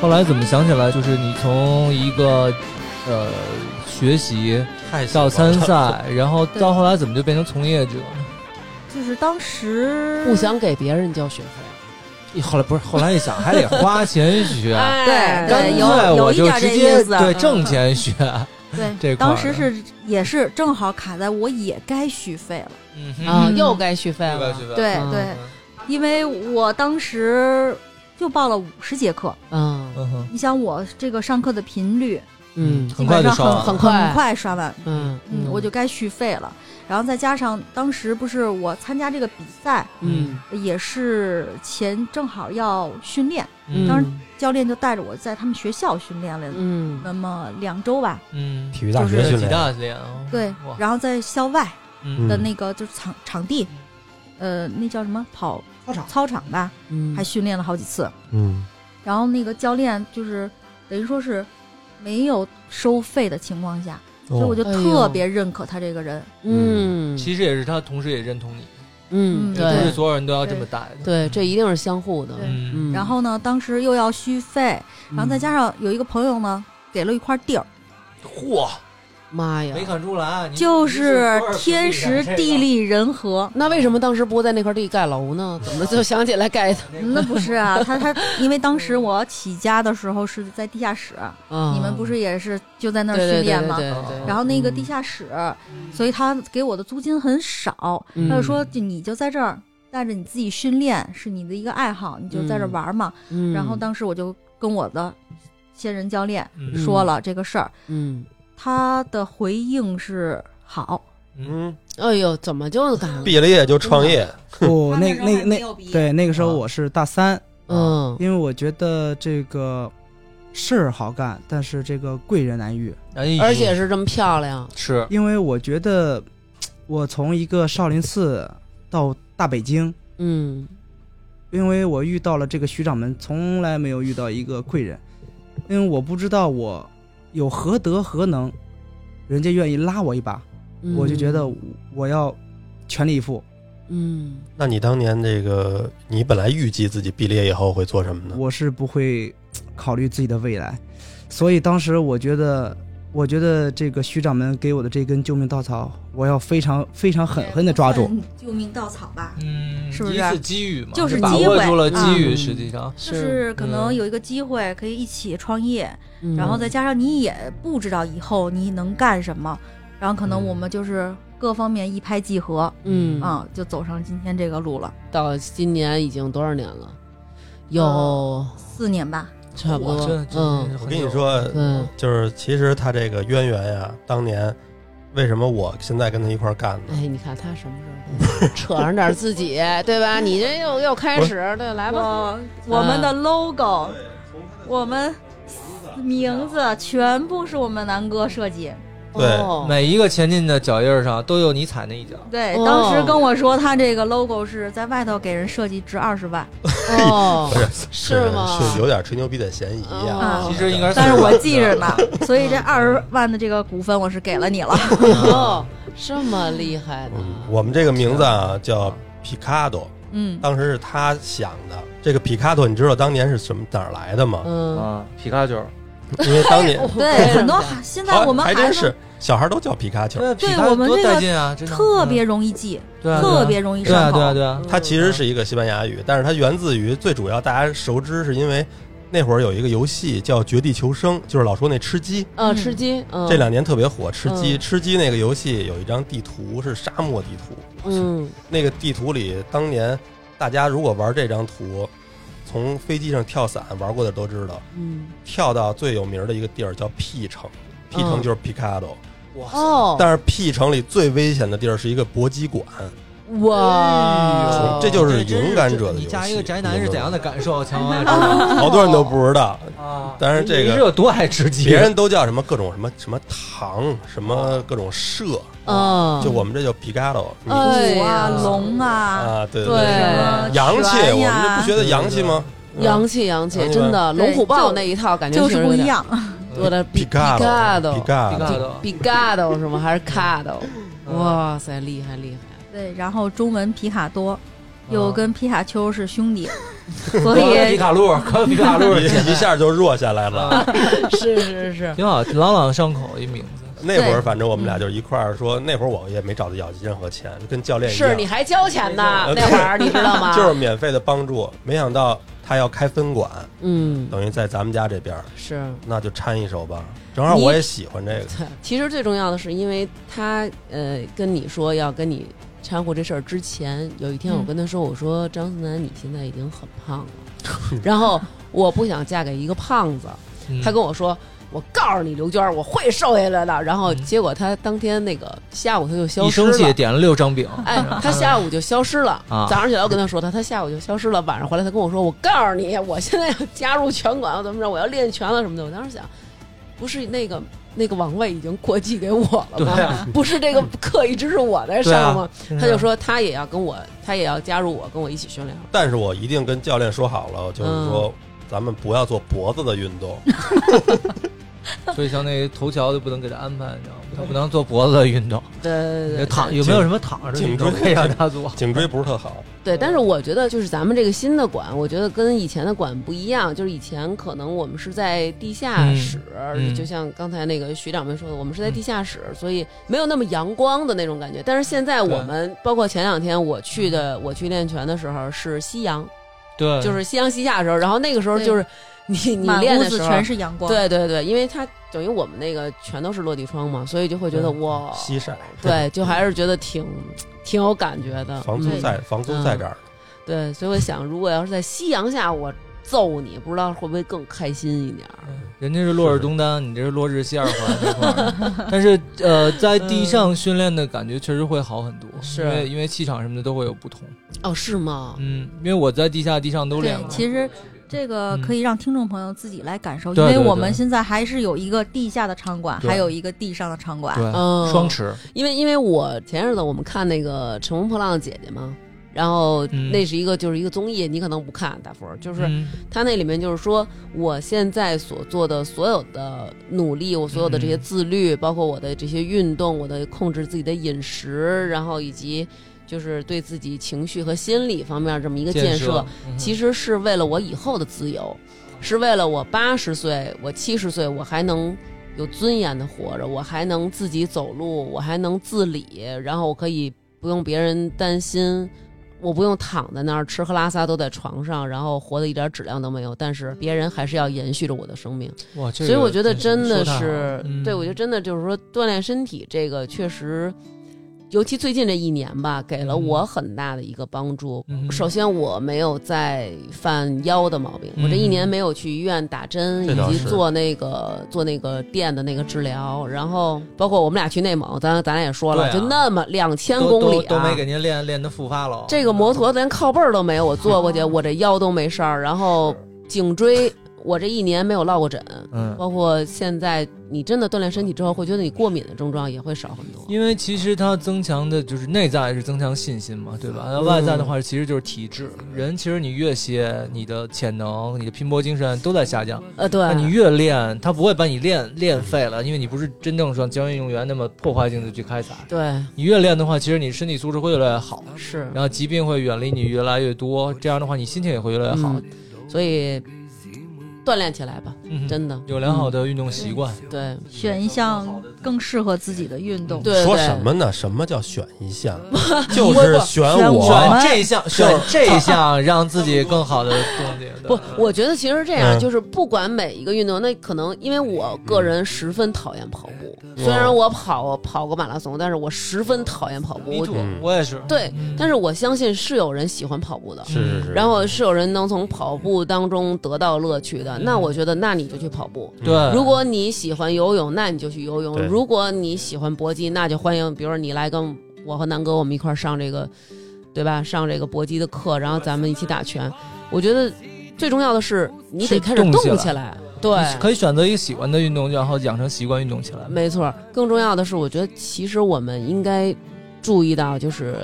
后来怎么想起来，就是你从一个呃学习
太喜欢
到
了
参 赛，然后到后来怎么就变成从业者？
就是当时
不想给别人交学费，
后来不是后来一想还得花钱学，啊
哎
对
干脆
有有
我
一
就
点
直
这
接
意思
对
嗯
挣钱学。
对，
这块儿
当
的
时是也是正好卡在我也该续费了。
嗯
啊，
嗯
又该续费
明白
了，
明白
对
嗯
对，因为我当时就报了五十节课，
嗯
嗯哼，
你想我这个上课的频率
嗯
很快就刷完了
很
很
快
快刷完，
嗯
嗯，我就该续费了。然后再加上当时不是我参加这个比赛，
嗯
也是前正好要训练，
嗯，
当时教练就带着我在他们学校训练了
嗯
那么两周吧，
嗯，
体育大学训
几
练，
大练啊？
对
哇，
然后在校外
嗯
的那个就是场场地，呃，那叫什么跑
操场
操场吧，
嗯
还训练了好几次。
嗯，
然后那个教练就是等于说是没有收费的情况下，所以
哦
我就
哎呦
特别认可他这个人。
嗯
其实也是他，同时也认同你，
嗯
嗯
也不是
对
所有人都要这么带的。
对，这一定是相互的，
对
嗯
嗯，
然后呢，当时又要续费，然后再加上有一个朋友呢，给了一块地儿，
嚯，
妈呀
没，看出来，
嗯
你
啊就是
啊
天
啊
时地。利人和。
那为什么当时不在那块地盖楼呢？怎么就想起来盖的？
嗯
那不 是啊，他他，因为当时我起家的时候是在地下室，
你
你们不是也是就在那儿
嗯对对
训
对
练
对
吗？
对对
然后那个
嗯
地下室，所以他给我的租金很少。
嗯
他就说，就你就在这儿带着你自己训练，是你的一个爱好，你就在这儿玩嘛。
嗯
然后当时我就跟我的仙人教练
嗯
说了这个事儿，
嗯，
他的回应是好，
嗯，
哎呦，怎么就 敢？
毕了业就创业，
不，那
他时候
哦那
还没
那
有毕业，
对那个时候
啊
我是大三，
嗯
因为我觉得这个事儿好干，但是这个贵人难遇。
哎
而且是这么漂亮，
是
因为我觉得我从一个少林寺到大北京，
嗯
因为我遇到了这个徐掌门，从来没有遇到一个贵人，因为我不知道我有何德何能，人家愿意拉我一把，
嗯
我就觉得我要全力以赴。
嗯
那你当年这个，你本来预计自己毕了业以后会做什么呢？
我是不会考虑自己的未来，所以当时我觉得，我觉得这个徐掌门给我的这根救命稻草，我要非常非
嗯
常狠狠地抓住。，
救命稻草吧。
嗯，
是不是
一次机遇嘛？
就是
把
机
握
会
住了机遇，
嗯
实际上
就是可能
嗯
有一个机会可以一起创业，
嗯
然后再加上你也不知道以后你能干什么，然后可能我们就是各方面一拍即合，
嗯
啊，就走上今天这个路了。
到今年已经多少年了？有
呃四年吧，
差不
哇
多
真的，真的
嗯
是
我
很
跟你
有
说，
对，
就是其实他这个渊源呀，当年为什么我现在跟他一块儿干呢？
哎，你看他什么时候扯上点自己，对吧？你这又又开始，对，来吧，嗯
我我们的 logo，我们名字全部是我们南哥设计。
对
哦
每一个前进的脚印儿上都有你踩那一脚。
对，
哦
当时跟我说他这个 logo 是在外头给人设计值二十万，
哦，是
是
吗？
是有点吹牛逼的嫌疑呀。
哦
其实应该是，嗯
但是我记着 呢，所以这二十万的这个股份我是给了你了。
哦，这么厉害呢
嗯，？我们这个名字啊叫皮卡多，
嗯，
啊
当时是他想的。这个皮卡多，你知道当年是什么哪儿来的吗？
嗯，
啊，皮卡丘，
因为当年
对，很多现在
好
我们
还真
子
是小孩都叫皮卡丘。
对，皮卡
我们
多
这个
带劲啊，真的
特别容易记，
嗯对啊对啊
特别容易
对啊
上口
对。啊对啊，
它其实是一个西班牙语，但是它源自于最主要大家熟知是因为那会儿有一个游戏叫《绝地求生》，就是老说那吃鸡，
呃，吃鸡，嗯，
这两年特别火。吃
嗯
鸡，吃鸡那个游戏有一张地图是沙漠地图，
嗯
那个地图里当年大家如果玩这张图，从飞机上跳伞玩过的都知道，
嗯，
跳到最有名的一个地儿叫 P 城。P 城就是 Picado，、
嗯哦，
但是 P 城里最危险的地儿是一个搏击 馆，
哇，
这就是
真
勇敢者的游戏
你加一个宅男是怎样的感受？ 强万
好多人都不知道。
哦
啊！
啊但是这
你
个
是有多爱吃鸡？
别人都叫什么各种什么什么糖，什么各种社，
嗯，
就我们这叫 picado，你
哎
虎啊，
呀
龙啊，
啊，对
对
什
对，
么
洋气，
泉
我
呀
们这不觉得洋气吗？
洋气洋气，
嗯
真的，
对
龙虎豹
就
那一套感觉
就
确
是
实
不
有
一
点。
样。
我的 picado
p i
picado，
卡多，
picado 是吗？还是 cado？
嗯
哇塞，厉害厉害！
啊
对，然后中文皮卡多又跟皮卡丘是兄弟，所以
卡路，科皮卡 路
一一下就弱下来了。
啊，
是是是，
挺好，朗朗上口一名字。
那会儿反正我们俩就一块儿说，那会儿我也没找他要任何钱，就跟教练一样，
是你还啊交钱呢
嗯，
那会儿你知道吗？
就是免费的帮助。没想到他要开分馆，
嗯，
等于在咱们家这边儿，
是。
那就掺一手吧。正好我也喜欢这个，
其实最重要的是，因为他呃跟你说要跟你掺和这事儿之前，有一天我
嗯
跟他说，我说张思楠，你现在已经很胖 了，然后我不想嫁给一个胖子。
嗯
他跟我说，我告诉你，刘娟儿，我会瘦下来的。然后
嗯
结果他当天那个下午他就消
一
失
生气
了。
点了六张饼，
哎，他下午就消失了。
啊
早上起来我跟他说他，他下午就消失了。晚上回来他跟我说，我告诉你，我现在要加入拳馆，我怎么着，我要练拳了什么的。我当时想，不是那个那个王位已经过继给我了
对
吗？
啊，
不是这个课一直是我在上吗？
对啊
他就说他也要跟我，他也要加入我，跟我一起训练。
但是我一定跟教练说好了，就是说
嗯
咱们不要做脖子的运 动，
所以像那头桥就不能给他安排，你知道吗？他不能做脖子的运动，
对对对，
躺有没有什么躺着的运动
颈椎
可以让他做？
颈椎不是特好。
对，但是
嗯
我觉得就是咱们这个新的馆，我觉得跟以前的馆不一样，就是以前可能我们是在地下室，
嗯
就像刚才那个徐长辈说的，我们是在地下室，所以没有那么阳光的那种感觉。但是现在我们，包括前两天我去的，我去练拳的时候是夕阳，
嗯对，
就是夕阳西下的时候，然后那个时候
对
就是你你
满
练
屋
的
子
时候，啊
全是阳光。，
对对对，因为它等于我们那个全都是落地窗嘛，所以就会觉得
对
哇，
西晒，
对，就还是觉得挺挺有感觉的。
房
嗯
租在房租在这儿，
对，所以我想，如果要是在夕阳下我揍你，不知道会不会更开心一点儿？
嗯人家是落日东单，你这是落日西二环这块 儿。但是呃，在地上训练的感觉确实会好很多，
是
因为因为气场什么的都会有不同。
哦，是吗？
嗯，因为我在地下、地上都练
对
过，，
其实这个可以让听众朋友自己来感受，
嗯对
因为
对
我
对
们现在还是有一个地下的场馆，
对
还有一个地上的场馆。
对
嗯
双持，
因为因为我前日子我们看那个《乘风破浪的姐姐》嘛，然后
嗯
那是一个就是一个综艺，你可能不看，大佛儿就
就是
他那里面就是说，我现在所做的所有的努力，我所有的这些自律，包括我的这些运动，我的控制自己的饮食，然后以及就是对自己情绪和心理方面这么一个建设，，其
实
实是为了我以后的自由，是为了我八十岁、我七十岁，我还能。有尊严的活着，我还能自己走路，我还能自理，然后我可以不用别人担心，我不用躺在那儿吃喝拉撒都在床上，然后活得一点质量都没有，但是别人还是要延续着我的生命，
哇，所
所以我觉得真的是，对我觉
就
得真的就是说锻炼身体这个确实，尤其最近这一年吧，给了
嗯
我很大的一个帮助。
嗯
首先我没有再犯腰的毛病，
嗯
我这一年没有去医院打针，
这倒
以及
是
做那个做那个电的那个治疗，然后包括我们俩去内蒙，咱咱俩也说了，
对啊
就那么两千公里啊，
都没给您练练的复发了。
这个摩托连靠背儿都没有，我坐过去，
哦
我这腰都没事儿，然后颈椎，我这一年没有落过枕，
嗯，
包括现在你真的锻炼身体之后，会觉得你过敏的症状也会少很多。
因为其实它增强的就是内在是增强信心
嗯
嘛，对吧？那外在的话其实就是体质。人其实你越歇，你的潜能、你的拼搏精神都在下降。
呃，对
那，你越练，它不会把你练练废
嗯
了，因为你不是真正像交易运动员那么破坏性的去开采。
对，
你越练的话，其实你身体素质会越来越好，
是，
然后疾病会远离你越来越多。这样的话，你心情也会越来越呃好
嗯。，所以锻炼起来吧，
嗯，
真的嗯
有良好的运动习惯。
对
选一项更适合自己的运动。
对
说
对
什么呢？什么叫选一 项？就是选
选我
我
们
选这项，选这项让自己更好的东西。对
不，我觉得其实这样，
嗯
就是不管每一个运动，那可能因为我个人十分讨厌跑步，
嗯
虽然我跑跑过马拉松，但是我十分讨厌跑步。
Me
我
too，
嗯
我也是。
对，但是我相信是有人喜欢跑步的，
是是是，
然后是有人能从跑步当中得到乐趣的。
嗯
那我觉得，那你就去跑步。
对，
如果你喜欢游泳，那你就去游泳；
对
如果你喜欢搏击，那就欢迎，比如说你来跟我和南哥我们一块儿上这个，对吧？上这个搏击的课，然后咱们一起打拳。我觉得最重要的是，你得
是
开始
动起
动
来
起来。对，
你可以选择一个喜欢的运动，然后养成习惯运动起来。
没错儿，更重要的是，我觉得其实我们应该注意到，就是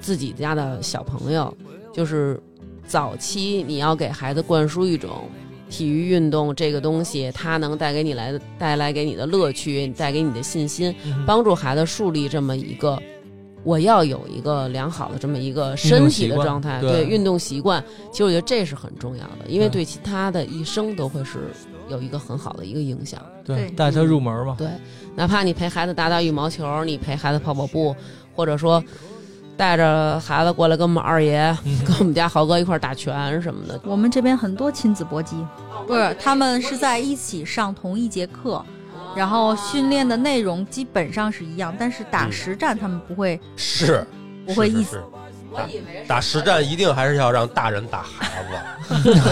自己家的小朋友，就是早期你要给孩子灌输一种体育运动这个东西，它能带给你来的带来给你的乐趣，带给你的信心，
嗯
帮助孩子树立这么一个我要有一个良好的这么一个身体的状态，
运动习惯对
运动习惯，其实我觉得这是很重要的，因为
对
对其他的一生都会是有一个很好的一个影响。
对
对，
带他入门嘛，
对，哪怕你陪孩子打打羽毛球，你陪孩子跑跑步，
嗯
或者说带着孩子过来跟我们二爷、
嗯
跟我们家豪哥一块儿打拳什么的，
我们这边很多亲子搏击，不是他们是在一起上同一节课，然后训练的内容基本上是一样，但是打
嗯
实战他们不会。
是
不会
是
意
是
思
是打实战一定还是要让大人打孩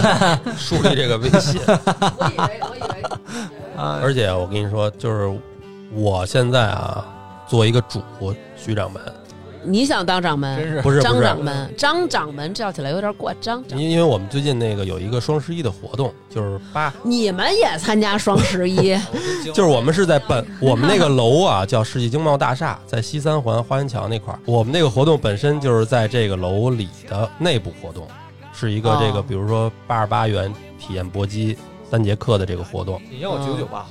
子， 树立这个威信。
啊，
而且我跟你说，就是我现在啊，做一个主局长们，
你想当掌
真
门？
是
不是不
张
是，
掌门，张掌门叫起来有点过张掌。
因因为我们最近那个有一个双十一的活动，就是八，
你们也参加双十 一？
就是我们是在本我们那个楼啊，叫世纪经贸大厦，在西三环花园桥那块儿。我们那个活动本身就是在这个楼里的内部活动，是一个这个
哦
比如说八十八元体验搏击三节课的这个活动。
你要我九九八，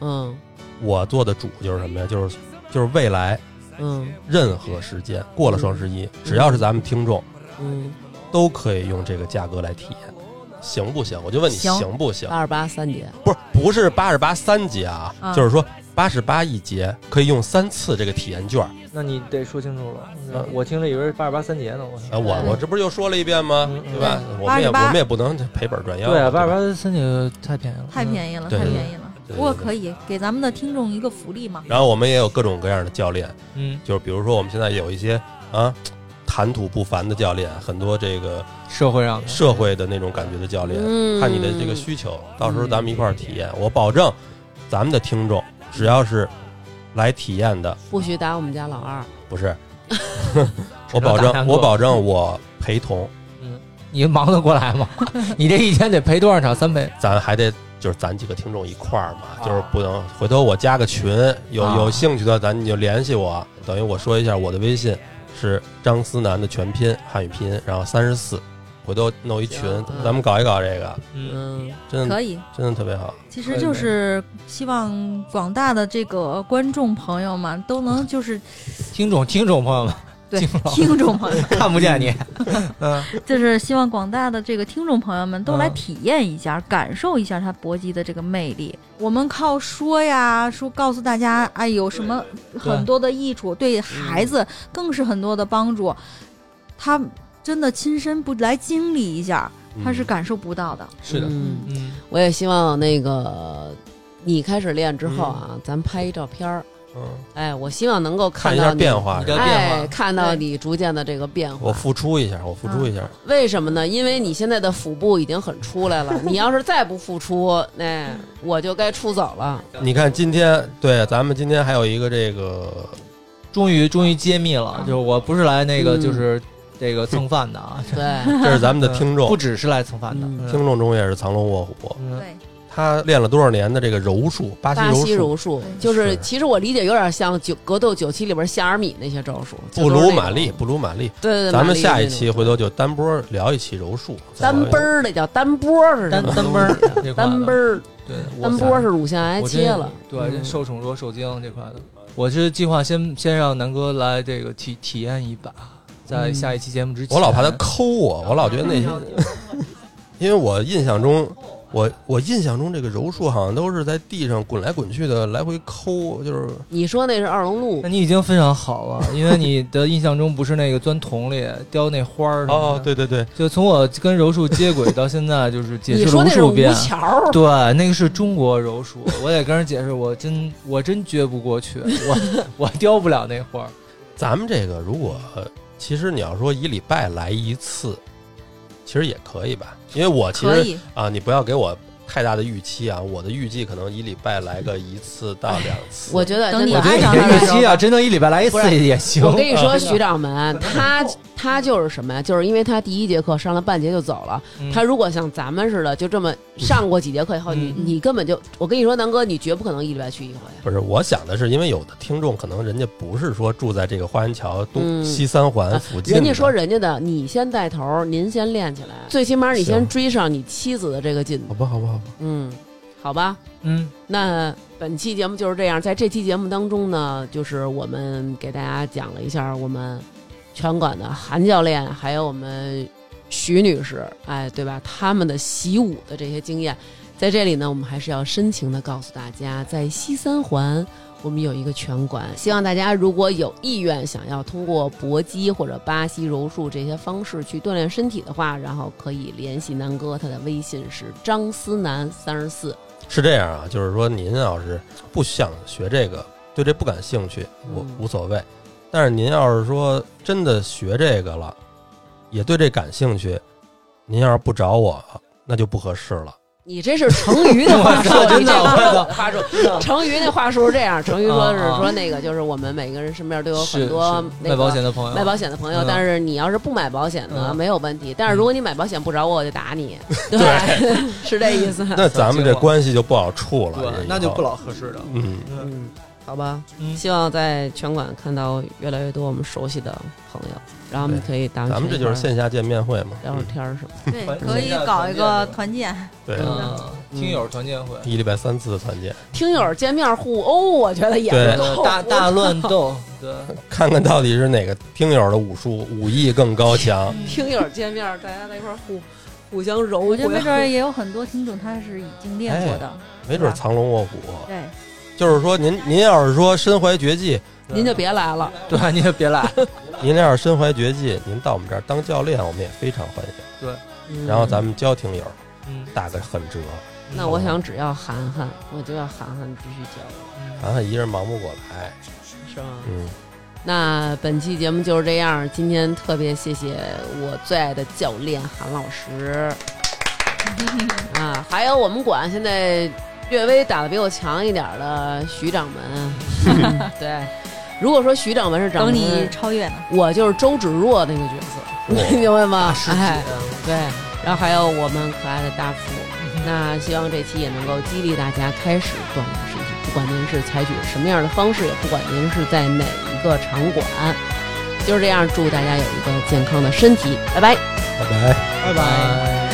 嗯
我做的主就是什么呀？就是就是未来
嗯
任何时间过了双十
嗯
一，只要是咱们听众
嗯，
都可以用这个价格来体验，行不行？我就问你
行
行不行？
八二八三节，
不是不是八十八三节啊，
嗯
啊
就是说八十八一节可以用三次这个体验券。
那你得说清楚了
嗯，
我听着以为是八十八三节呢，我
啊，我我这不是又说了一遍吗？
嗯
对吧？
嗯
我们也
88
我们也不能赔本赚吆喝。
对啊，八十
吧
八三节太便宜了，
太
宜，
便宜了，
对
太
对
便宜了。
对
不过
对对
可以给咱们的听众一个福利嘛，
然后我们也有各种各样的教练，
嗯，
就是比如说我们现在有一些啊谈吐不凡的教练，很多这个
社会上的
社会的那种感觉的教练，
嗯，
看你的这个需求，到时候咱们一块儿体验。我保证，咱们的听众只要是来体验的，
不许打我们家老二。
不是，我保
只能打
证，
单个
我保证我陪同，
你忙得过来吗？你这一天得陪多少场？三倍，
咱还得就是咱几个听众一块儿嘛，就是不能回头我加个群，有
啊
有兴趣的咱你就联系我。等于我说一下我的微信是张思南的全拼汉语拼音，然后三十四，回头弄一群
行，嗯
咱们搞一搞这个，
嗯，
嗯，
真的
可以。
真的特别好。
其实就是希望广大的这个观众朋友们都能就是
听众听众朋友们，
对
听众
听众朋友，
看不见你，嗯，
就是希望广大的这个听众朋友们都来
嗯
体验一下，感受一下它搏击的这个魅力。我们靠说呀，说告诉大家，哎，有什么很多的益处，对孩子更是很多的帮助。他真的亲身不来经历一下，他是
嗯
感受不到的。
是的，
嗯，
嗯，
我也希望那个你开始练之后
嗯
啊，咱拍一照片儿。
嗯，
哎，我希望能够看
看一
到
下
你
变化
你
是吧
的变
哎，
化
看到你逐渐的这个变化。
我付出一下，我付
嗯
出一下。
为什么呢？因为你现在的腹部已经很出来了，你要是再不付出，那、我就该出走了。
你看今天，对，咱们今天还有一个 这个，
终于终于揭秘了，就是我不是来那个
嗯
就是这个蹭饭的啊，
对，
这是咱们的听众
不，只是来蹭饭的，
嗯
嗯
听众中也是藏龙卧虎，
嗯
对，
他练了多少年的这个柔术，巴西
巴西
柔术，
柔术
对
就是
是，
其实我理解有点像九格斗九七里边夏尔米那些招数，就都
布鲁
是那
玛丽，
种
布鲁玛丽。
对对对，
咱
玛
们
丽
下
那
一
种
期回头就单波聊一期柔术，
单奔儿的叫单波儿是什
单
么
单奔儿这块的
单奔，儿，
对，我
单波儿是乳腺癌
我
切
这
了，
对，
嗯
受宠若受惊这块的，我是计划先先让南哥来这个体体验一把，在
嗯
下一期节目之前，
我老怕他抠我，我老觉得那些， 因为我印象中，我我印象中这个柔术好像都是在地上滚来滚去的，来回抠，就是
嗯你说那是二龙路
那，你已经非常好了，因为你的印象中不是那个钻桶里雕那花儿什么的
哦，，对对对，
就从我跟柔术接轨到现在，就是解
你
释
说
了无
那是
数
吴
遍。
桥儿，
对，那个是中国柔术，我得跟人解释，我真我真撅不过去，我我雕不了那花儿。
咱们这个如果呃其实你要说一礼拜来一次，其实也可以吧，因为我其
可
实
以。
啊，你不要给我太大的预期啊，我的预计可能一礼拜来个一次到两
哎
次，
我觉得
等
真
你
的
我觉得
爱上
你
他
这预
的时候
期啊，真能一礼拜来一
不
次
是
也行。
我跟你说，
啊
徐掌门， 他他就是什么呀？就是因为他第一节课上了半节就走了。
嗯
他如果像咱们似的，就这么上过几节课以后，
嗯
你你根本就，我跟你说，南哥，你绝不可能一礼拜去一回。
不是，我想的是，因为有的听众可能人家不是说住在这个花园桥东、
嗯
西三环附近的，
人家说人家的，你先带头，您先练起来，最起码你先
行
追上你妻子的这个进
好
度。
吧，好吧，好吧，
嗯，好吧？
嗯，
那本期节目就是这样，在这期节目当中呢，就是我们给大家讲了一下我们拳馆的韩教练，还有我们徐女士，哎，对吧？他们的习武的这些经验，在这里呢，我们还是要深情的告诉大家，在西三环。我们有一个拳馆，希望大家如果有意愿想要通过搏击或者巴西柔术这些方式去锻炼身体的话，然后可以联系南哥，他的微信是张思南三十四，
是这样啊，就是说您要是不想学这个，对这不感兴趣，我
嗯
无所谓。但是您要是说真的学这个了，也对这感兴趣，您要是不找我，那就不合适了。
你这是成语的 话术，
我操
你这
真的，我操，
话术。成语那话术是这样，成语说是
啊啊
说那个就是我们每个人身边都有
是
很多
是
那
卖保
个
险的朋友，
卖保险的朋友
嗯，
但是你要是不买保险的
嗯
没有问题，但是如果你买保险不找我，我就打你，对， 是这意思。
那咱们这关系就不好处了，这
对，
以后
那就不。老合适的。
嗯，
嗯，好吧，
嗯，
希望在拳馆看到越来越多我们熟悉的朋友，然后我们可以打
咱们这就是线下见面会嘛。嗯
聊会儿
嗯
天儿什么的。
对，可以
团建
搞一
团
个
建
团建。
对，
嗯，听友团建会，
一礼拜三次的团建，
听友见面互殴，我觉得也
对
是
呃
够
大大 乱斗，对，
看看到底是哪个听友的武术武艺更高强。
听友见面，大家在一块儿互互相揉，
我觉得
互相
没准儿也有很多听众他是已经练过的，
没准藏龙卧虎。
对，
就是说您，您要是说身怀绝技，
对
您就别来了。
对，您就别来，
您要是身怀绝技，您到我们这儿当教练，我们也非常欢迎。嗯然后咱们教听友
嗯，
打个狠折，
那我想只要涵涵，我就要涵涵必须教我，
涵涵一人忙不过来。
是吗？
嗯，
那本期节目就是这样，今天特别谢谢我最爱的教练韩老师啊，还有我们馆现在略微打得比我强一点儿的徐掌 门，对。如果说徐掌门是掌
等你
门，
超越呢。
我就是周芷若那个角色， 你明白
啊
啊
吗？哎，对，然后还有我们可爱的大福，那希望这期也能够激励大家开始锻炼身体，不管您是采取什么样的方式，也不管您是在哪一个场馆，就是这样，祝大家有一个健康的身体，拜拜。
拜拜。
拜拜。